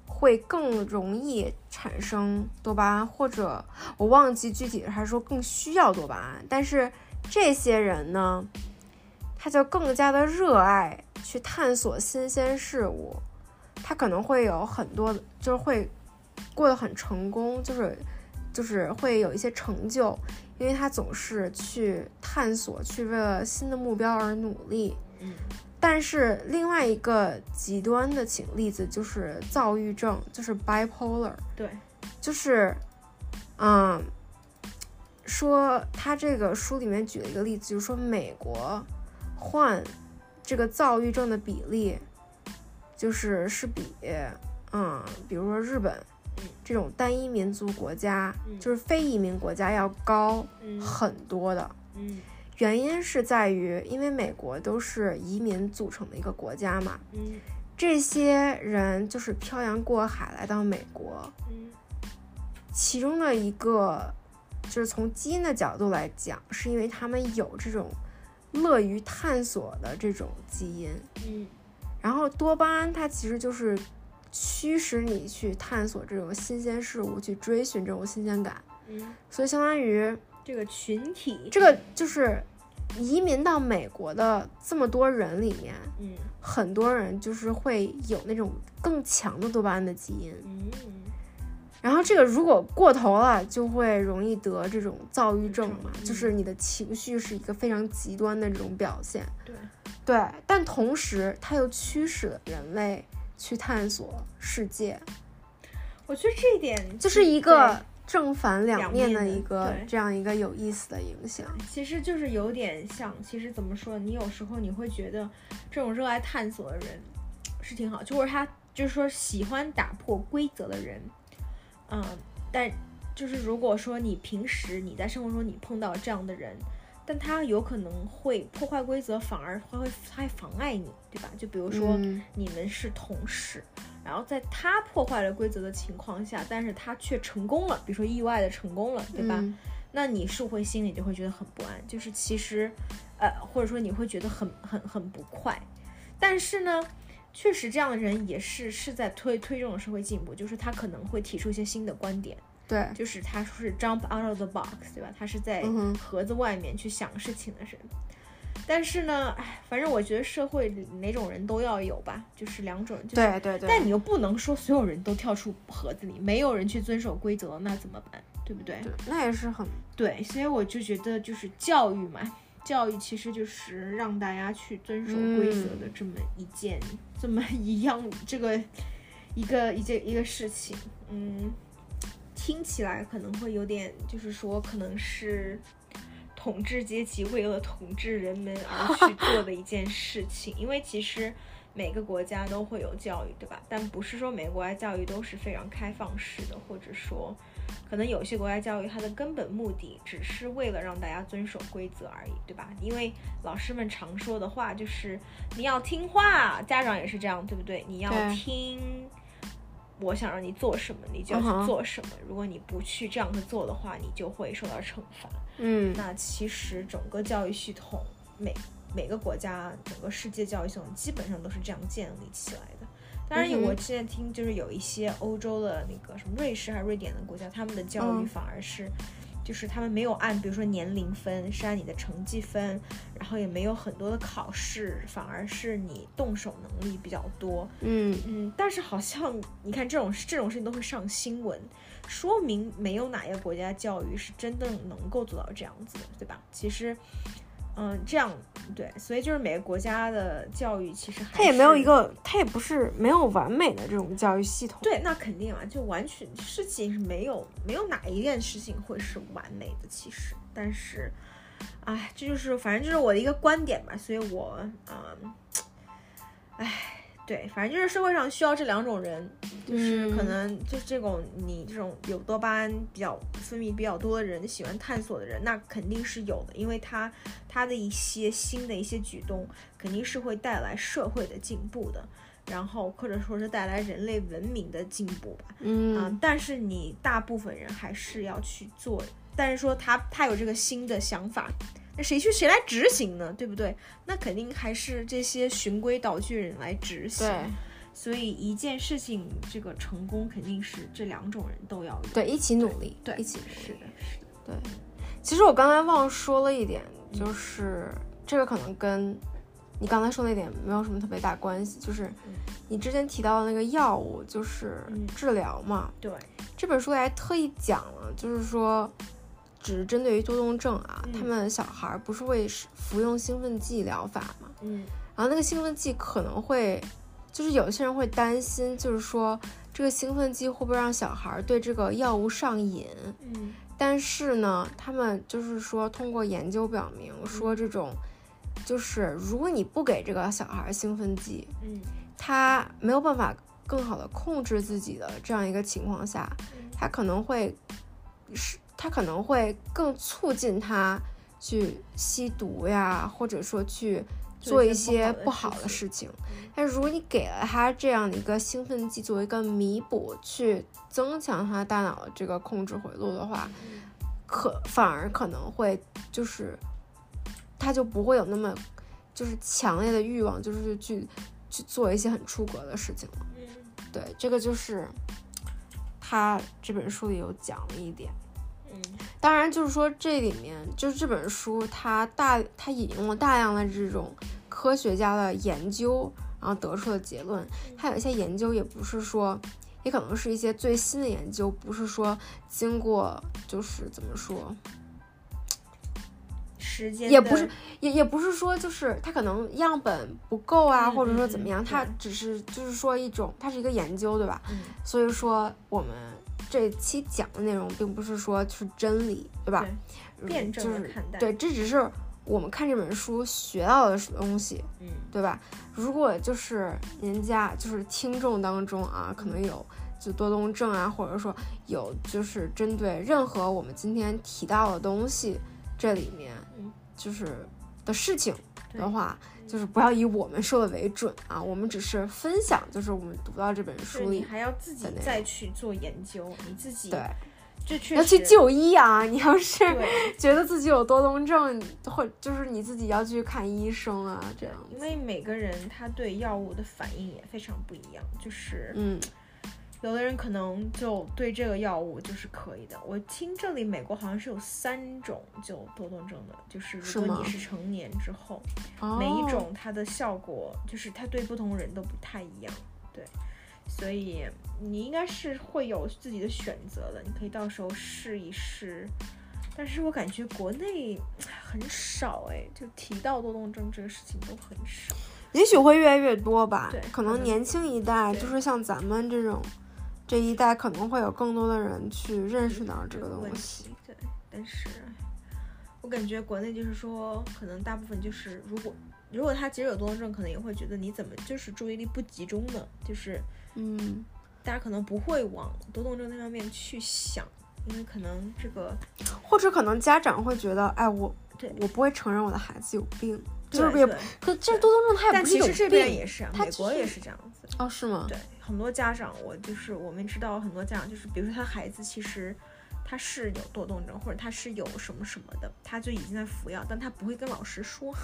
[SPEAKER 1] 会更容易产生多巴胺，或者我忘记具体他说更需要多巴胺，但是这些人呢，他就更加的热爱去探索新鲜事物，他可能会有很多，就是会过得很成功，就是就是会有一些成就，因为他总是去探索，去为了新的目标而努力。
[SPEAKER 2] 嗯
[SPEAKER 1] 但是另外一个极端的情例子就是躁郁症，就是 bipolar，
[SPEAKER 2] 对，
[SPEAKER 1] 就是，嗯，说他这个书里面举了一个例子，就是说美国患这个躁郁症的比例，就是是比，嗯，比如说日本
[SPEAKER 2] 嗯
[SPEAKER 1] 这种单一民族国家，
[SPEAKER 2] 嗯
[SPEAKER 1] 就是非移民国家要高
[SPEAKER 2] 嗯
[SPEAKER 1] 很多的。
[SPEAKER 2] 嗯
[SPEAKER 1] 原因是在于，因为美国都是移民组成的一个国家嘛，
[SPEAKER 2] 嗯
[SPEAKER 1] 这些人就是漂洋过海来到美国，
[SPEAKER 2] 嗯
[SPEAKER 1] 其中的一个，就是从基因的角度来讲，是因为他们有这种乐于探索的这种基因。
[SPEAKER 2] 嗯
[SPEAKER 1] 然后多巴胺它其实就是驱使你去探索这种新鲜事物，去追寻这种新鲜感。
[SPEAKER 2] 嗯，
[SPEAKER 1] 所以相当于
[SPEAKER 2] 这个群体，
[SPEAKER 1] 这个就是移民到美国的这么多人里面，
[SPEAKER 2] 嗯
[SPEAKER 1] 很多人就是会有那种更强的多巴胺的基因。
[SPEAKER 2] 嗯，
[SPEAKER 1] 然后这个如果过头了，就会容易得这种躁郁症嘛，
[SPEAKER 2] 嗯
[SPEAKER 1] 就是你的情绪是一个非常极端的这种表现。
[SPEAKER 2] 对，
[SPEAKER 1] 对，但同时它又驱使了人类去探索世界，
[SPEAKER 2] 我觉得这一点
[SPEAKER 1] 就是一个正反两面
[SPEAKER 2] 两
[SPEAKER 1] 的
[SPEAKER 2] 面的
[SPEAKER 1] 一个
[SPEAKER 2] 对
[SPEAKER 1] 这样一个有意思的影响。
[SPEAKER 2] 对，其实就是有点像，其实怎么说，你有时候你会觉得这种热爱探索的人是挺好，就或者他就是说喜欢打破规则的人，嗯，但就是如果说你平时你在生活中你碰到这样的人，但他有可能会破坏规则，反而他会他会妨碍你，对吧？就比如说。
[SPEAKER 1] 嗯
[SPEAKER 2] 你们是同事，然后在他破坏了规则的情况下，但是他却成功了，比如说意外的成功了，对吧？
[SPEAKER 1] 嗯
[SPEAKER 2] 那你是会心里就会觉得很不安，就是其实，呃，或者说你会觉得很很很不快。但是呢，确实这样的人也是是在推推这种社会进步，就是他可能会提出一些新的观点，
[SPEAKER 1] 对，
[SPEAKER 2] 就是他是 jump out of the box，对吧？他是在
[SPEAKER 1] 嗯哼
[SPEAKER 2] 盒子外面去想事情的人。但是呢，哎，反正我觉得社会里哪种人都要有吧，就是两种。就是、
[SPEAKER 1] 对对对。
[SPEAKER 2] 但你又不能说所有人都跳出盒子里，没有人去遵守规则，那怎么办？对不对？
[SPEAKER 1] 对，那也是很
[SPEAKER 2] 对，所以我就觉得就是教育嘛，教育其实就是让大家去遵守规则的这么一件，这么 一样这个一个一件一个事情，嗯，听起来可能会有点，就是说可能是。统治阶级为了统治人们而去做的一件事情，因为其实每个国家都会有教育，对吧？但不是说每个国家教育都是非常开放式的，或者说，可能有些国家教育它的根本目的只是为了让大家遵守规则而已，对吧？因为老师们常说的话就是你要听话，家长也是这样，对不对？你要
[SPEAKER 1] 对
[SPEAKER 2] 听。我想让你做什么，你就要
[SPEAKER 1] 嗯哼
[SPEAKER 2] 去做什么。如果你不去这样子做的话，你就会受到惩罚。
[SPEAKER 1] 嗯
[SPEAKER 2] 那其实整个教育系统，每每个国家，整个世界教育系统基本上都是这样建立起来的。当然，有
[SPEAKER 1] 嗯哼
[SPEAKER 2] 我之前听就是有一些欧洲的那个什么瑞士还是瑞典的国家，他们的教育
[SPEAKER 1] 嗯
[SPEAKER 2] 反而是。就是他们没有按，比如说年龄分，是按你的成绩分，然后也没有很多的考试，反而是你动手能力比较多，
[SPEAKER 1] 嗯，
[SPEAKER 2] 嗯，但是好像你看这种这种事情都会上新闻，说明没有哪一个国家教育是真的能够做到这样子的，对吧？其实，嗯，这样对，所以就是每个国家的教育其实还
[SPEAKER 1] 它也没有
[SPEAKER 2] 是
[SPEAKER 1] 一个，它也不是没有完美的这种教育系统。
[SPEAKER 2] 对，那肯定啊，就完全事情是没有没有哪一件事情会是完美的，其实，但是，哎，这就是反正就是我的一个观点吧，所以我嗯，哎，对，反正就是社会上需要这两种人，就是可
[SPEAKER 1] 嗯
[SPEAKER 2] 能就这种你这种有多巴胺比较分泌比较多的人，喜欢探索的人，那肯定是有的，因为他他的一些新的一些举动，肯定是会带来社会的进步的。然后或者说是带来人类文明的进步吧。
[SPEAKER 1] 嗯
[SPEAKER 2] 啊但是你大部分人还是要去做，但是说他他有这个新的想法，那谁去谁来执行呢？对不对？那肯定还是这些循规蹈矩人来执行。
[SPEAKER 1] 对
[SPEAKER 2] 所以一件事情这个成功肯定是这两种人都要有。
[SPEAKER 1] 对，一起努力，
[SPEAKER 2] 对，
[SPEAKER 1] 一起努力
[SPEAKER 2] 是的，是的，
[SPEAKER 1] 其实我刚才忘了说了一点，就是这个可能跟你刚才说那点没有什么特别大关系，就是你之前提到的那个药物，就是
[SPEAKER 2] 嗯
[SPEAKER 1] 治疗嘛。
[SPEAKER 2] 对，
[SPEAKER 1] 这本书里还特意讲了，就是说。只是针对于多动症啊，
[SPEAKER 2] 嗯
[SPEAKER 1] 他们小孩儿不是会使服用兴奋剂疗法嘛？
[SPEAKER 2] 嗯
[SPEAKER 1] 然后那个兴奋剂可能会，就是有些人会担心，就是说这个兴奋剂会不会让小孩儿对这个药物上瘾？
[SPEAKER 2] 嗯
[SPEAKER 1] 但是呢，他们就是说，通过研究表明说，这种就是如果你不给这个小孩兴奋剂，
[SPEAKER 2] 嗯
[SPEAKER 1] 他没有办法更好的控制自己的这样一个情况下，他可能会是，他可能会更促进他去吸毒呀，或者说去做
[SPEAKER 2] 做一
[SPEAKER 1] 一
[SPEAKER 2] 些
[SPEAKER 1] 些
[SPEAKER 2] 不
[SPEAKER 1] 不
[SPEAKER 2] 好
[SPEAKER 1] 好
[SPEAKER 2] 的
[SPEAKER 1] 的事情。嗯但是如果你给了他这样的一个兴奋剂作为一个弥补，去增强他大脑的这个控制回路的话，可反而可能会就是，他就不会有那么就是强烈的欲望，就是去去做一些很出格的事情了。
[SPEAKER 2] 嗯
[SPEAKER 1] 对，这个就是他这本书里有讲的一点。
[SPEAKER 2] 嗯
[SPEAKER 1] 当然，就是说这里面就是这本书，它大它引用了大量的这种科学家的研究，然后得出的结论。它有一些研究也不是说，也可能是一些最新的研究，不是说经过就是怎么说，
[SPEAKER 2] 时间
[SPEAKER 1] 也不
[SPEAKER 2] 的
[SPEAKER 1] 是也也不是说就是它可能样本不够啊，
[SPEAKER 2] 嗯
[SPEAKER 1] 或者说
[SPEAKER 2] 嗯
[SPEAKER 1] 怎么
[SPEAKER 2] 嗯
[SPEAKER 1] 样，它
[SPEAKER 2] 对
[SPEAKER 1] 只是就是说一种，它是一个研究，对吧？
[SPEAKER 2] 嗯
[SPEAKER 1] 所以说我们这期讲的内容并不是说是真理，对吧？嗯
[SPEAKER 2] 辩证
[SPEAKER 1] 就
[SPEAKER 2] 的
[SPEAKER 1] 是
[SPEAKER 2] 看待，
[SPEAKER 1] 对，这只是我们看这本书学到的东西，
[SPEAKER 2] 嗯
[SPEAKER 1] 对吧？如果就是人家就是听众当中啊，可能
[SPEAKER 2] 嗯
[SPEAKER 1] 有就多动症啊，或者说有就是针对任何我们今天提到的东西，这里面
[SPEAKER 2] 嗯
[SPEAKER 1] 就是的事情
[SPEAKER 2] 对嗯
[SPEAKER 1] 的话，就是不要以我们说的为准啊，我们只是分享，就是我们读到这本
[SPEAKER 2] 就是
[SPEAKER 1] 书
[SPEAKER 2] 你
[SPEAKER 1] 里。
[SPEAKER 2] 还要自己
[SPEAKER 1] 的内容
[SPEAKER 2] 再去做研究，你自己
[SPEAKER 1] 对，
[SPEAKER 2] 这确实
[SPEAKER 1] 要去就医啊！你要是
[SPEAKER 2] 对，
[SPEAKER 1] 觉得自己有多动症，或就是你自己要去看医生啊，这样
[SPEAKER 2] 因
[SPEAKER 1] 子。
[SPEAKER 2] 为每个人他对药物的反应也非常不一样，就是
[SPEAKER 1] 嗯，
[SPEAKER 2] 有的人可能就对这个药物就是可以的。我听这里美国好像是有三种就多动症的，就是
[SPEAKER 1] 是
[SPEAKER 2] 如果
[SPEAKER 1] 吗
[SPEAKER 2] 你是成年之后，
[SPEAKER 1] 哦
[SPEAKER 2] 每一种它的效果就是它对不同人都不太一样。对，
[SPEAKER 3] 所以你应该是会有自己的选择的，你可以到时候试一试。但是我感觉国内很少哎，就提到多动症这个事情都很少。
[SPEAKER 1] 也许会越来越多吧
[SPEAKER 3] 对。可
[SPEAKER 1] 可能
[SPEAKER 3] 能
[SPEAKER 1] 年轻一代，
[SPEAKER 3] 对
[SPEAKER 1] 就是像咱们这种这一代，可能会有更多的人去认识到这
[SPEAKER 3] 这
[SPEAKER 1] 个
[SPEAKER 3] 问
[SPEAKER 1] 东西。
[SPEAKER 3] 题，
[SPEAKER 2] 对，但是我感觉国内就是说，可能大部分就是如果如果他即使有多动症，可能也会觉得你怎么就是注意力不集中呢？就是
[SPEAKER 1] 嗯，
[SPEAKER 2] 大家可能不会往多动症那方面去想，因为可能这个
[SPEAKER 1] 或者可能家长会觉得，哎，我
[SPEAKER 2] 对
[SPEAKER 1] 我不会承认我的孩子有病，就
[SPEAKER 2] 对
[SPEAKER 1] 是也
[SPEAKER 2] 对
[SPEAKER 1] 可这多动症他也
[SPEAKER 2] 但
[SPEAKER 1] 不是
[SPEAKER 2] 其
[SPEAKER 1] 有
[SPEAKER 2] 实这
[SPEAKER 1] 病
[SPEAKER 2] 边也是啊，
[SPEAKER 1] 他
[SPEAKER 2] 美
[SPEAKER 1] 只
[SPEAKER 2] 国也
[SPEAKER 1] 是
[SPEAKER 2] 是这样子。
[SPEAKER 1] 哦，是吗？
[SPEAKER 2] 对，很多家长，我就是我们知道很多家长就是，比如说他孩子其实他是有多动症，或者他是有什么什么的，他就已经在服药，但他不会跟老师说，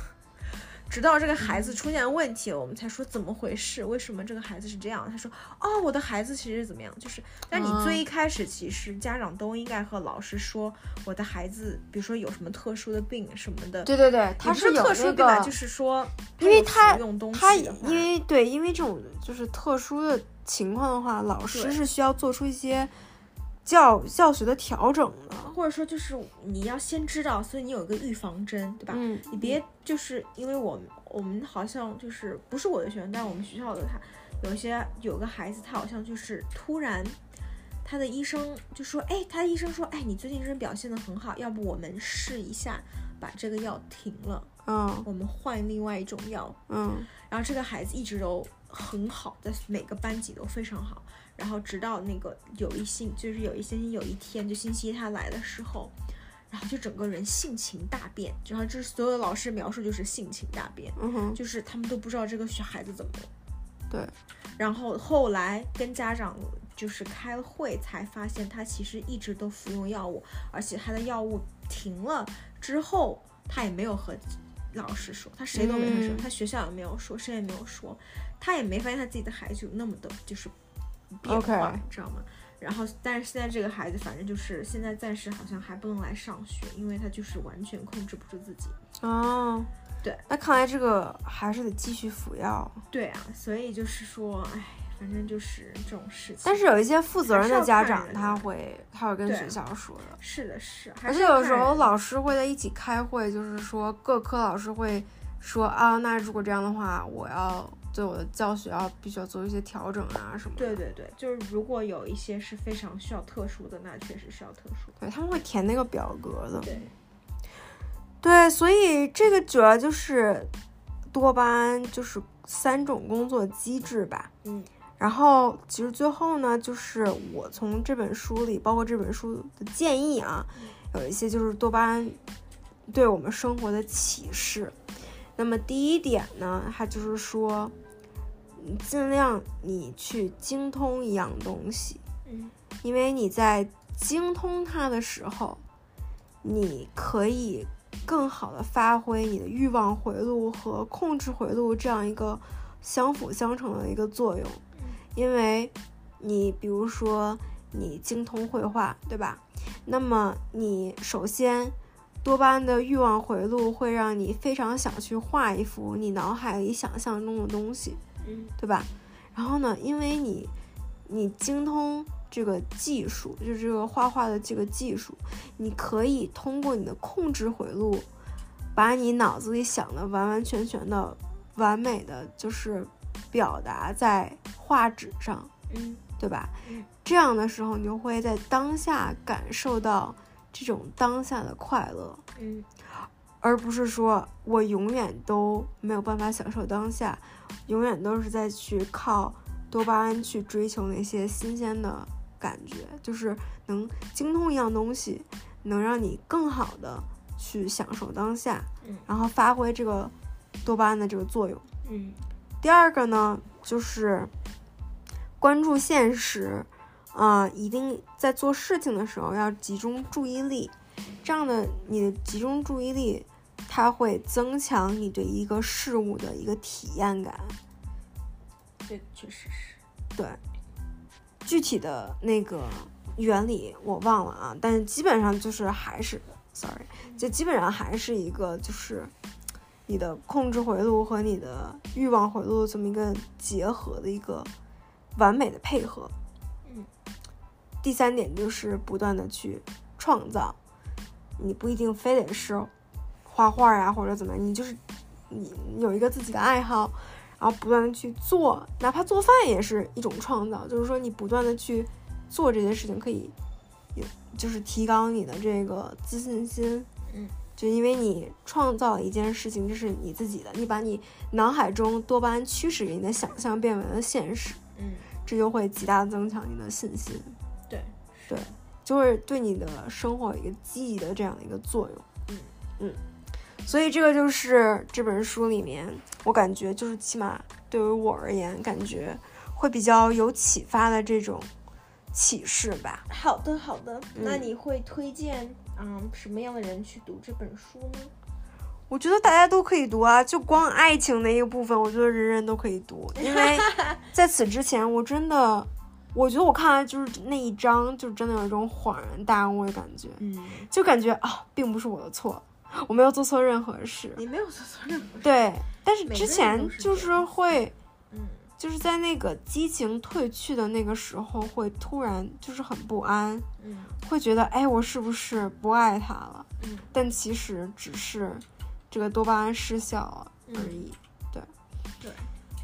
[SPEAKER 2] 直到这个孩
[SPEAKER 1] 嗯
[SPEAKER 2] 子出现问题了，我们才说怎么回事，为什么这个孩子是这样？他说哦，我的孩子其实怎么样？就是，但
[SPEAKER 1] 哦
[SPEAKER 2] 你最一开始其实家长都应该和老师说，我的孩子，比如说有什么特殊的病什么的。
[SPEAKER 1] 对对对，他
[SPEAKER 2] 也不是
[SPEAKER 1] 有
[SPEAKER 2] 特殊
[SPEAKER 1] 那
[SPEAKER 2] 病吧，
[SPEAKER 1] 个，
[SPEAKER 2] 就是说，
[SPEAKER 1] 因为他
[SPEAKER 2] 他有服用东
[SPEAKER 1] 他
[SPEAKER 2] 西的
[SPEAKER 1] 也
[SPEAKER 2] 话
[SPEAKER 1] 因为对，因为这种就是特殊的情况的话，老师
[SPEAKER 2] 对
[SPEAKER 1] 是需要做出一些教教学的调整的。
[SPEAKER 2] 或者说就是你要先知道，所以你有一个预防针，对吧？
[SPEAKER 1] 嗯，
[SPEAKER 2] 你别就是因为我们我们好像就是不是我的学生，但我们学校的他有一些有个孩子，他好像就是突然。他的医生就说：“哎，他的医生说，哎，你最近真表现得很好，要不我们试一下把这个药停了，
[SPEAKER 1] 嗯
[SPEAKER 2] 我们换另外一种药。
[SPEAKER 1] 嗯，”
[SPEAKER 2] 然后这个孩子一直都很好，在每个班级都非常好。然后直到那个有一星，就是有一星期有一天，就星期一他来的时候，然后就整个人性情大变。然后这是所有老师描述就是性情大变，
[SPEAKER 1] 嗯哼，
[SPEAKER 2] 就是他们都不知道这个小孩子怎么了。
[SPEAKER 1] 对。
[SPEAKER 2] 然后后来跟家长就是开了会，才发现他其实一直都服用药物，而且他的药物停了之后，他也没有和老师说，他谁都没会说，
[SPEAKER 1] 嗯
[SPEAKER 2] 他学校也没有说，谁也没有说，他也没发现他自己的孩子有那么的，就是变
[SPEAKER 1] OK
[SPEAKER 2] 化你知道吗？然后，但是现在这个孩子，反正就是现在暂时好像还不能来上学，因为他就是完全控制不住自己。
[SPEAKER 1] 哦，
[SPEAKER 2] 对，
[SPEAKER 1] 那看来这个还是得继续服药。
[SPEAKER 2] 对啊，所以就是说，哎，反正就是这种事情。
[SPEAKER 1] 但是有一些负责任的家
[SPEAKER 2] 还
[SPEAKER 1] 长，
[SPEAKER 2] 是要看
[SPEAKER 1] 他
[SPEAKER 2] 人
[SPEAKER 1] 会他会跟
[SPEAKER 2] 对
[SPEAKER 1] 学校说的，
[SPEAKER 2] 是的是，还
[SPEAKER 1] 而
[SPEAKER 2] 是
[SPEAKER 1] 且
[SPEAKER 2] 要
[SPEAKER 1] 有时
[SPEAKER 2] 看
[SPEAKER 1] 候
[SPEAKER 2] 人
[SPEAKER 1] 老师会在一起开会，就是说各科老师会说啊，那如果这样的话，我要对我的教学要必须要做一些调整啊什么的。
[SPEAKER 2] 对对对，就是如果有一些是非常需要特殊的，那确实是要特殊的。
[SPEAKER 1] 对，他们会填那个表格的。
[SPEAKER 2] 对，
[SPEAKER 1] 对，所以这个主要就是多巴胺就是三种工作机制吧。
[SPEAKER 2] 嗯，
[SPEAKER 1] 然后其实最后呢，就是我从这本书里，包括这本书的建议啊，有一些就是多巴胺对我们生活的启示。那么第一点呢，它就是说，嗯尽量你去精通一样东西，
[SPEAKER 2] 嗯，
[SPEAKER 1] 因为你在精通它的时候，你可以更好的发挥你的欲望回路和控制回路这样一个相辅相成的一个作用。因为你比如说你精通绘画，对吧？那么你首先多巴胺的欲望回路会让你非常想去画一幅你脑海里想象中的东西，
[SPEAKER 2] 嗯，
[SPEAKER 1] 对吧？然后呢，因为你你精通这个技术，就是这个画画的这个技术，你可以通过你的控制回路，把你脑子里想的完完全全的、完美的，就是表达在画纸上，
[SPEAKER 2] 嗯，
[SPEAKER 1] 对吧
[SPEAKER 2] 嗯？
[SPEAKER 1] 这样的时候，你就会在当下感受到这种当下的快乐，
[SPEAKER 2] 嗯，
[SPEAKER 1] 而不是说我永远都没有办法享受当下，永远都是在去靠多巴胺去追求那些新鲜的感觉，就是能精通一样东西，能让你更好的去享受当下
[SPEAKER 2] 嗯，
[SPEAKER 1] 然后发挥这个多巴胺的这个作用。
[SPEAKER 2] 嗯，
[SPEAKER 1] 第二个呢，就是关注现实，啊、一定在做事情的时候要集中注意力，这样的你的集中注意力，它会增强你对一个事物的一个体验感。
[SPEAKER 2] 这确实是。
[SPEAKER 1] 对，具体的那个原理我忘了啊，但是基本上就是还是，sorry，就基本上还是一个就是你的控制回路和你的欲望回路这么一个结合的一个完美的配合。
[SPEAKER 3] 嗯，
[SPEAKER 1] 第三点就是不断的去创造，你不一定非得是画画呀、或者怎么，你就是你你有一个自己的爱好，然后不断的去做，哪怕做饭也是一种创造，就是说你不断的去做这些事情，可以有就是提高你的这个自信心。
[SPEAKER 3] 嗯，
[SPEAKER 1] 就因为你创造了一件事情，这是你自己的，你把你脑海中多巴胺驱使给你的想象变为了现实，
[SPEAKER 3] 嗯，
[SPEAKER 1] 这就会极大的增强你的信心。
[SPEAKER 3] 对，
[SPEAKER 1] 对，就会对你的生活有一个积极的这样的一个作用。
[SPEAKER 3] 嗯
[SPEAKER 1] 嗯，所以这个就是这本书里面，我感觉就是起码对于我而言，感觉会比较有启发的这种启示吧。
[SPEAKER 3] 好的好的，那
[SPEAKER 1] 嗯
[SPEAKER 3] 你会推荐嗯什么样的人去读这本书呢？
[SPEAKER 1] 我觉得大家都可以读啊，就光爱情那一部分，我觉得人人都可以读，因 为在此之前，我真的，我觉得我看完就是那一章，就真的有一种恍然大悟的感觉，
[SPEAKER 3] 嗯，
[SPEAKER 1] 就感觉啊，并不是我的错，我没有做错任何事，
[SPEAKER 2] 你没有做错任何事。
[SPEAKER 1] 对，但是
[SPEAKER 2] 每
[SPEAKER 1] 之
[SPEAKER 2] 个人
[SPEAKER 1] 前
[SPEAKER 2] 都是
[SPEAKER 1] 就
[SPEAKER 2] 这
[SPEAKER 1] 是
[SPEAKER 2] 样
[SPEAKER 1] 会，
[SPEAKER 2] 嗯，
[SPEAKER 1] 就是在那个激情褪去的那个时候，会突然就是很不安，
[SPEAKER 2] 嗯
[SPEAKER 1] 会觉得哎，我是不是不爱他了？
[SPEAKER 2] 嗯
[SPEAKER 1] 但其实只是这个多巴胺失效了而
[SPEAKER 2] 嗯
[SPEAKER 1] 已。对，
[SPEAKER 2] 对，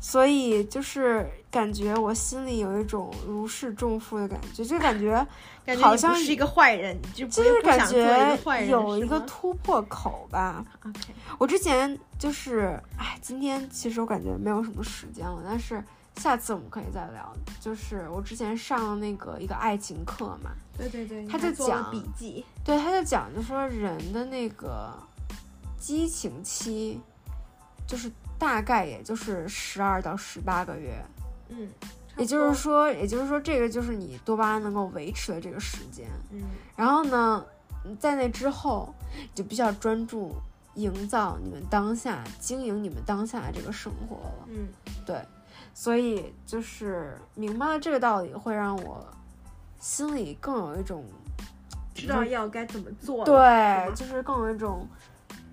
[SPEAKER 1] 所以就是感觉我心里有一种如释重负的感觉，就感觉
[SPEAKER 2] 感觉
[SPEAKER 1] 好
[SPEAKER 2] 你
[SPEAKER 1] 像
[SPEAKER 2] 不是一个坏人，你就不
[SPEAKER 1] 就是
[SPEAKER 2] 不想
[SPEAKER 1] 感
[SPEAKER 2] 做一个坏
[SPEAKER 1] 觉
[SPEAKER 2] 人，
[SPEAKER 1] 有一
[SPEAKER 2] 是
[SPEAKER 1] 个
[SPEAKER 2] 吗
[SPEAKER 1] 突破口吧。
[SPEAKER 2] OK，
[SPEAKER 1] 我之前就是，哎，今天其实我感觉没有什么时间了，但是下次我们可以再聊。就是我之前上了那个一个爱情课嘛，
[SPEAKER 2] 对对对，你
[SPEAKER 1] 他
[SPEAKER 2] 还
[SPEAKER 1] 就
[SPEAKER 2] 做了
[SPEAKER 1] 讲
[SPEAKER 2] 笔记，
[SPEAKER 1] 对，他就讲就说人的那个激情期，就是大概也就是十二到十八个月，
[SPEAKER 2] 嗯，差
[SPEAKER 1] 也
[SPEAKER 2] 不
[SPEAKER 1] 就是
[SPEAKER 2] 多，
[SPEAKER 1] 说，也就是说这个就是你多巴胺能够维持的这个时间。
[SPEAKER 2] 嗯
[SPEAKER 1] 然后呢，在那之后，你就必须要专注营造你们当下、经营你们当下的这个生活了。
[SPEAKER 2] 嗯
[SPEAKER 1] 对，所以就是明白了这个道理，会让我心里更有一种
[SPEAKER 2] 知道要该怎么做了，
[SPEAKER 1] 对，
[SPEAKER 2] 吗
[SPEAKER 1] 就是更有一种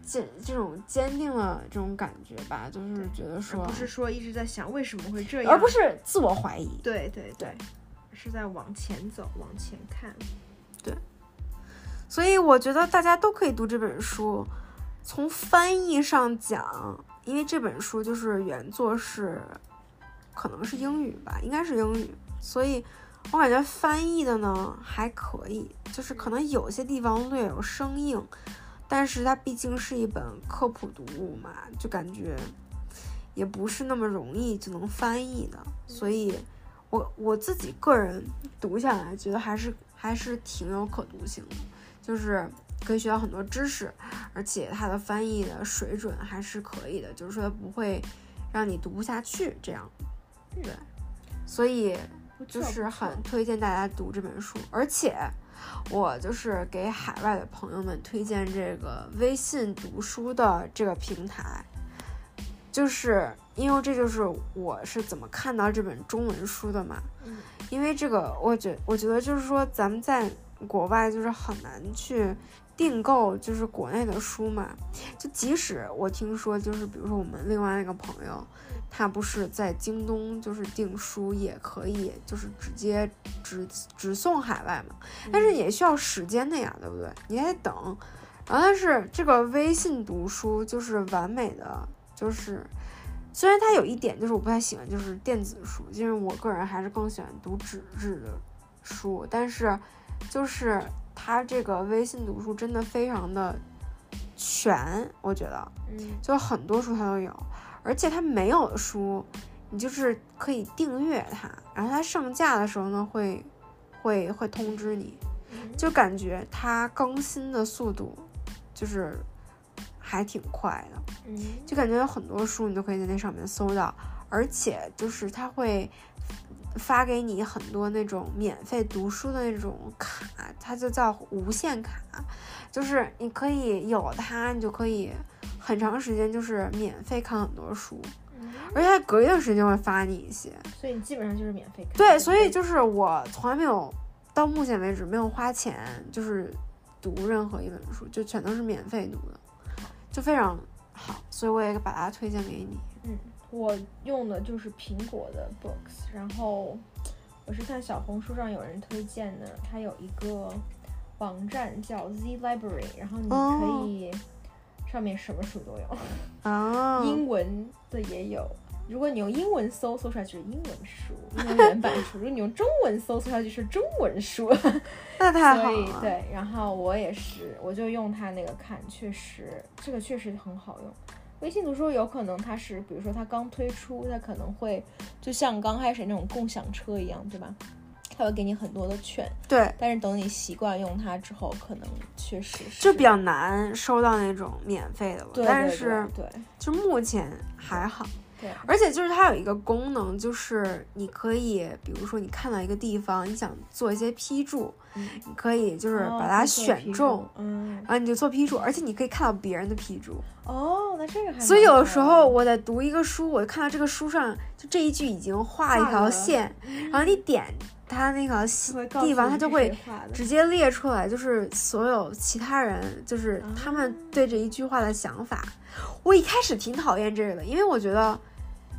[SPEAKER 1] 坚这种坚定了这种感觉吧，就是觉得
[SPEAKER 2] 而
[SPEAKER 1] 说，
[SPEAKER 2] 不是说一直在想为什么会这样，
[SPEAKER 1] 而不是自我怀疑。
[SPEAKER 2] 对对
[SPEAKER 1] 对，
[SPEAKER 2] 是在往前走，往前看。
[SPEAKER 1] 所以我觉得大家都可以读这本书。从翻译上讲，因为这本书就是原作是，可能是英语吧，应该是英语，所以我感觉翻译的呢还可以，就是可能有些地方略有生硬，但是它毕竟是一本科普读物嘛，就感觉也不是那么容易就能翻译的，所以我我自己个人读下来觉得还是还是挺有可读性的。就是可以学到很多知识，而且它的翻译的水准还是可以的，就是说不会让你读不下去这样。对，所以
[SPEAKER 3] 不错
[SPEAKER 1] 就是
[SPEAKER 3] 不
[SPEAKER 1] 很
[SPEAKER 3] 错
[SPEAKER 1] 推荐大家读这本书，而且我就是给海外的朋友们推荐这个微信读书的这个平台，就是因为这就是我是怎么看到这本中文书的嘛，
[SPEAKER 2] 嗯
[SPEAKER 1] 因为这个我觉我觉得就是说咱们在国外就是很难去。订购就是国内的书嘛，就即使我听说，就是比如说我们另外一个朋友，他不是在京东就是订书也可以，就是直接直直送海外嘛，但
[SPEAKER 2] 嗯
[SPEAKER 1] 是也需要时间的呀，对不对？你还得等。然后但是这个微信读书就是完美的，就是虽然它有一点就是我不太喜欢，就是电子书，就是我个人还是更喜欢读纸质的书，但是就是它这个微信读书真的非常的全，我觉得。
[SPEAKER 2] 嗯
[SPEAKER 1] 就很多书它都有，而且它没有的书，你就是可以订阅它，然后它上架的时候呢，会会会通知你，
[SPEAKER 2] 嗯
[SPEAKER 1] 就感觉它更新的速度就是还挺快的，
[SPEAKER 2] 嗯
[SPEAKER 1] 就感觉有很多书你都可以在那上面搜到，而且就是它会发给你很多那种免费读书的那种卡，它就叫无限卡，就是你可以有它，你就可以很长时间就是免费看很多书，
[SPEAKER 2] 嗯
[SPEAKER 1] 而且它隔一段时间会发你一些。
[SPEAKER 3] 所以你基本上就是免费看。
[SPEAKER 1] 对，所以就是我从来没有到目前为止没有花钱，就是读任何一本书，就全都是免费读的，就非常好，所以我也把它推荐给你。
[SPEAKER 3] 嗯，
[SPEAKER 2] 我用的就是苹果的 Books，然后我是看小红书上有人推荐的，它有一个网站叫 Z Library，然后你可以上面什么书都有，
[SPEAKER 1] 啊，
[SPEAKER 2] 英文的也有。如果你用英文搜，搜出来就是英文书，英文原版书；如果你用中文搜，搜出来就是中文书。
[SPEAKER 1] 那太好
[SPEAKER 2] 所以
[SPEAKER 1] 了。
[SPEAKER 2] 对，然后我也是，我就用它那个看，确实这个确实很好用。微信读书有可能它是，比如说它刚推出，它可能会就像刚开始那种共享车一样，对吧？它会给你很多的券，
[SPEAKER 1] 对，
[SPEAKER 2] 但是等你习惯用它之后，可能确实是
[SPEAKER 1] 就比较难收到那种免费的了，
[SPEAKER 2] 对，
[SPEAKER 1] 但
[SPEAKER 2] 对
[SPEAKER 1] 是
[SPEAKER 2] 对
[SPEAKER 1] 就目前还好。
[SPEAKER 2] 对
[SPEAKER 1] 而且就是它有一个功能，就是你可以，比如说你看到一个地方，你想做一些批注，
[SPEAKER 2] 嗯
[SPEAKER 1] 你可以就是
[SPEAKER 2] 哦
[SPEAKER 1] 把它
[SPEAKER 2] 可以做
[SPEAKER 1] 选
[SPEAKER 2] 批注
[SPEAKER 1] 中，
[SPEAKER 2] 嗯，
[SPEAKER 1] 啊，你就做批注，而且你可以看到别人的批注。
[SPEAKER 2] 哦，那这个还
[SPEAKER 1] 所以
[SPEAKER 2] 蛮
[SPEAKER 1] 有
[SPEAKER 2] 好
[SPEAKER 1] 的时候
[SPEAKER 2] 的
[SPEAKER 1] 我在读一个书，我就看到这个书上就这一句已经画一
[SPEAKER 2] 画
[SPEAKER 1] 条
[SPEAKER 2] 了
[SPEAKER 1] 线，然后你点它那条
[SPEAKER 2] 它
[SPEAKER 1] 线
[SPEAKER 2] 会告诉
[SPEAKER 1] 地方，
[SPEAKER 2] 你
[SPEAKER 1] 它就是会
[SPEAKER 2] 谁画的
[SPEAKER 1] 直接列出来，就是所有其他人，就是
[SPEAKER 2] 啊
[SPEAKER 1] 他们对这一句话的想法。我一开始挺讨厌这个的，因为我觉得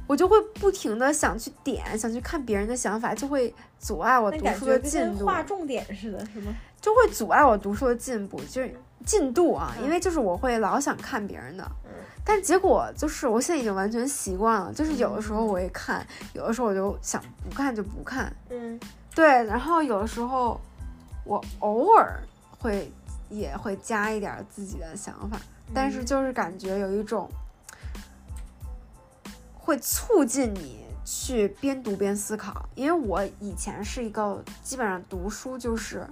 [SPEAKER 1] 我就会不停的想去点，想去看别人的想法，就会阻碍我
[SPEAKER 2] 那
[SPEAKER 1] 读
[SPEAKER 2] 感
[SPEAKER 1] 书
[SPEAKER 2] 觉
[SPEAKER 1] 的
[SPEAKER 2] 就
[SPEAKER 1] 进
[SPEAKER 2] 跟
[SPEAKER 1] 度，
[SPEAKER 2] 画重点似的，是吗？
[SPEAKER 1] 就会阻碍我读书的进步，就是进度啊，
[SPEAKER 2] 嗯
[SPEAKER 1] 因为就是我会老想看别人的
[SPEAKER 2] 嗯，
[SPEAKER 1] 但结果就是我现在已经完全习惯了，就是有的时候我会看，有的时候我就想不看就不看，
[SPEAKER 2] 嗯，
[SPEAKER 1] 对，然后有的时候我偶尔会也会加一点儿自己的想法，但
[SPEAKER 2] 嗯
[SPEAKER 1] 是就是感觉有一种会促进你去边读边思考，因为我以前是一个基本上读书就是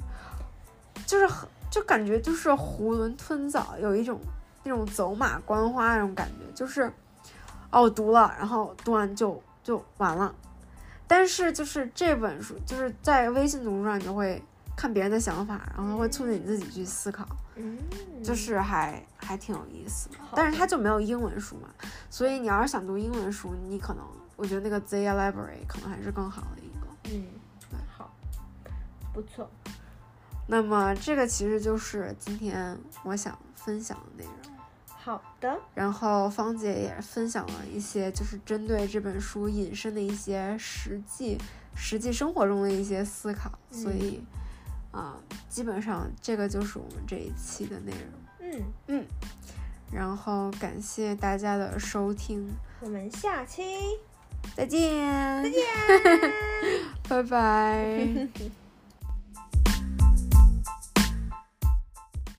[SPEAKER 1] 就是很就感觉就是囫囵吞枣，有一种那种走马观花那种感觉，就是哦我读了，然后读完就就完了。但是就是这本书，就是在微信读书上，你就会看别人的想法，然后会促进你自己去思考，
[SPEAKER 2] 嗯，
[SPEAKER 1] 就是还还挺有意思的
[SPEAKER 2] 好。
[SPEAKER 1] 但是它就没有英文书嘛，所以你要是想读英文书，你可能我觉得那个 Z Library 可能还是更好的一个。
[SPEAKER 2] 嗯
[SPEAKER 1] 对，
[SPEAKER 2] 好，不错。
[SPEAKER 1] 那么这个其实就是今天我想分享的内容。
[SPEAKER 2] 好的，
[SPEAKER 1] 然后芳姐也分享了一些，就是针对这本书引申的一些实际、实际生活中的一些思考，
[SPEAKER 2] 嗯
[SPEAKER 1] 所以啊、基本上这个就是我们这一期的内容。
[SPEAKER 2] 嗯，
[SPEAKER 1] 然后感谢大家的收听，
[SPEAKER 2] 我们下期
[SPEAKER 1] 再见，再见，拜拜。
[SPEAKER 2] 见。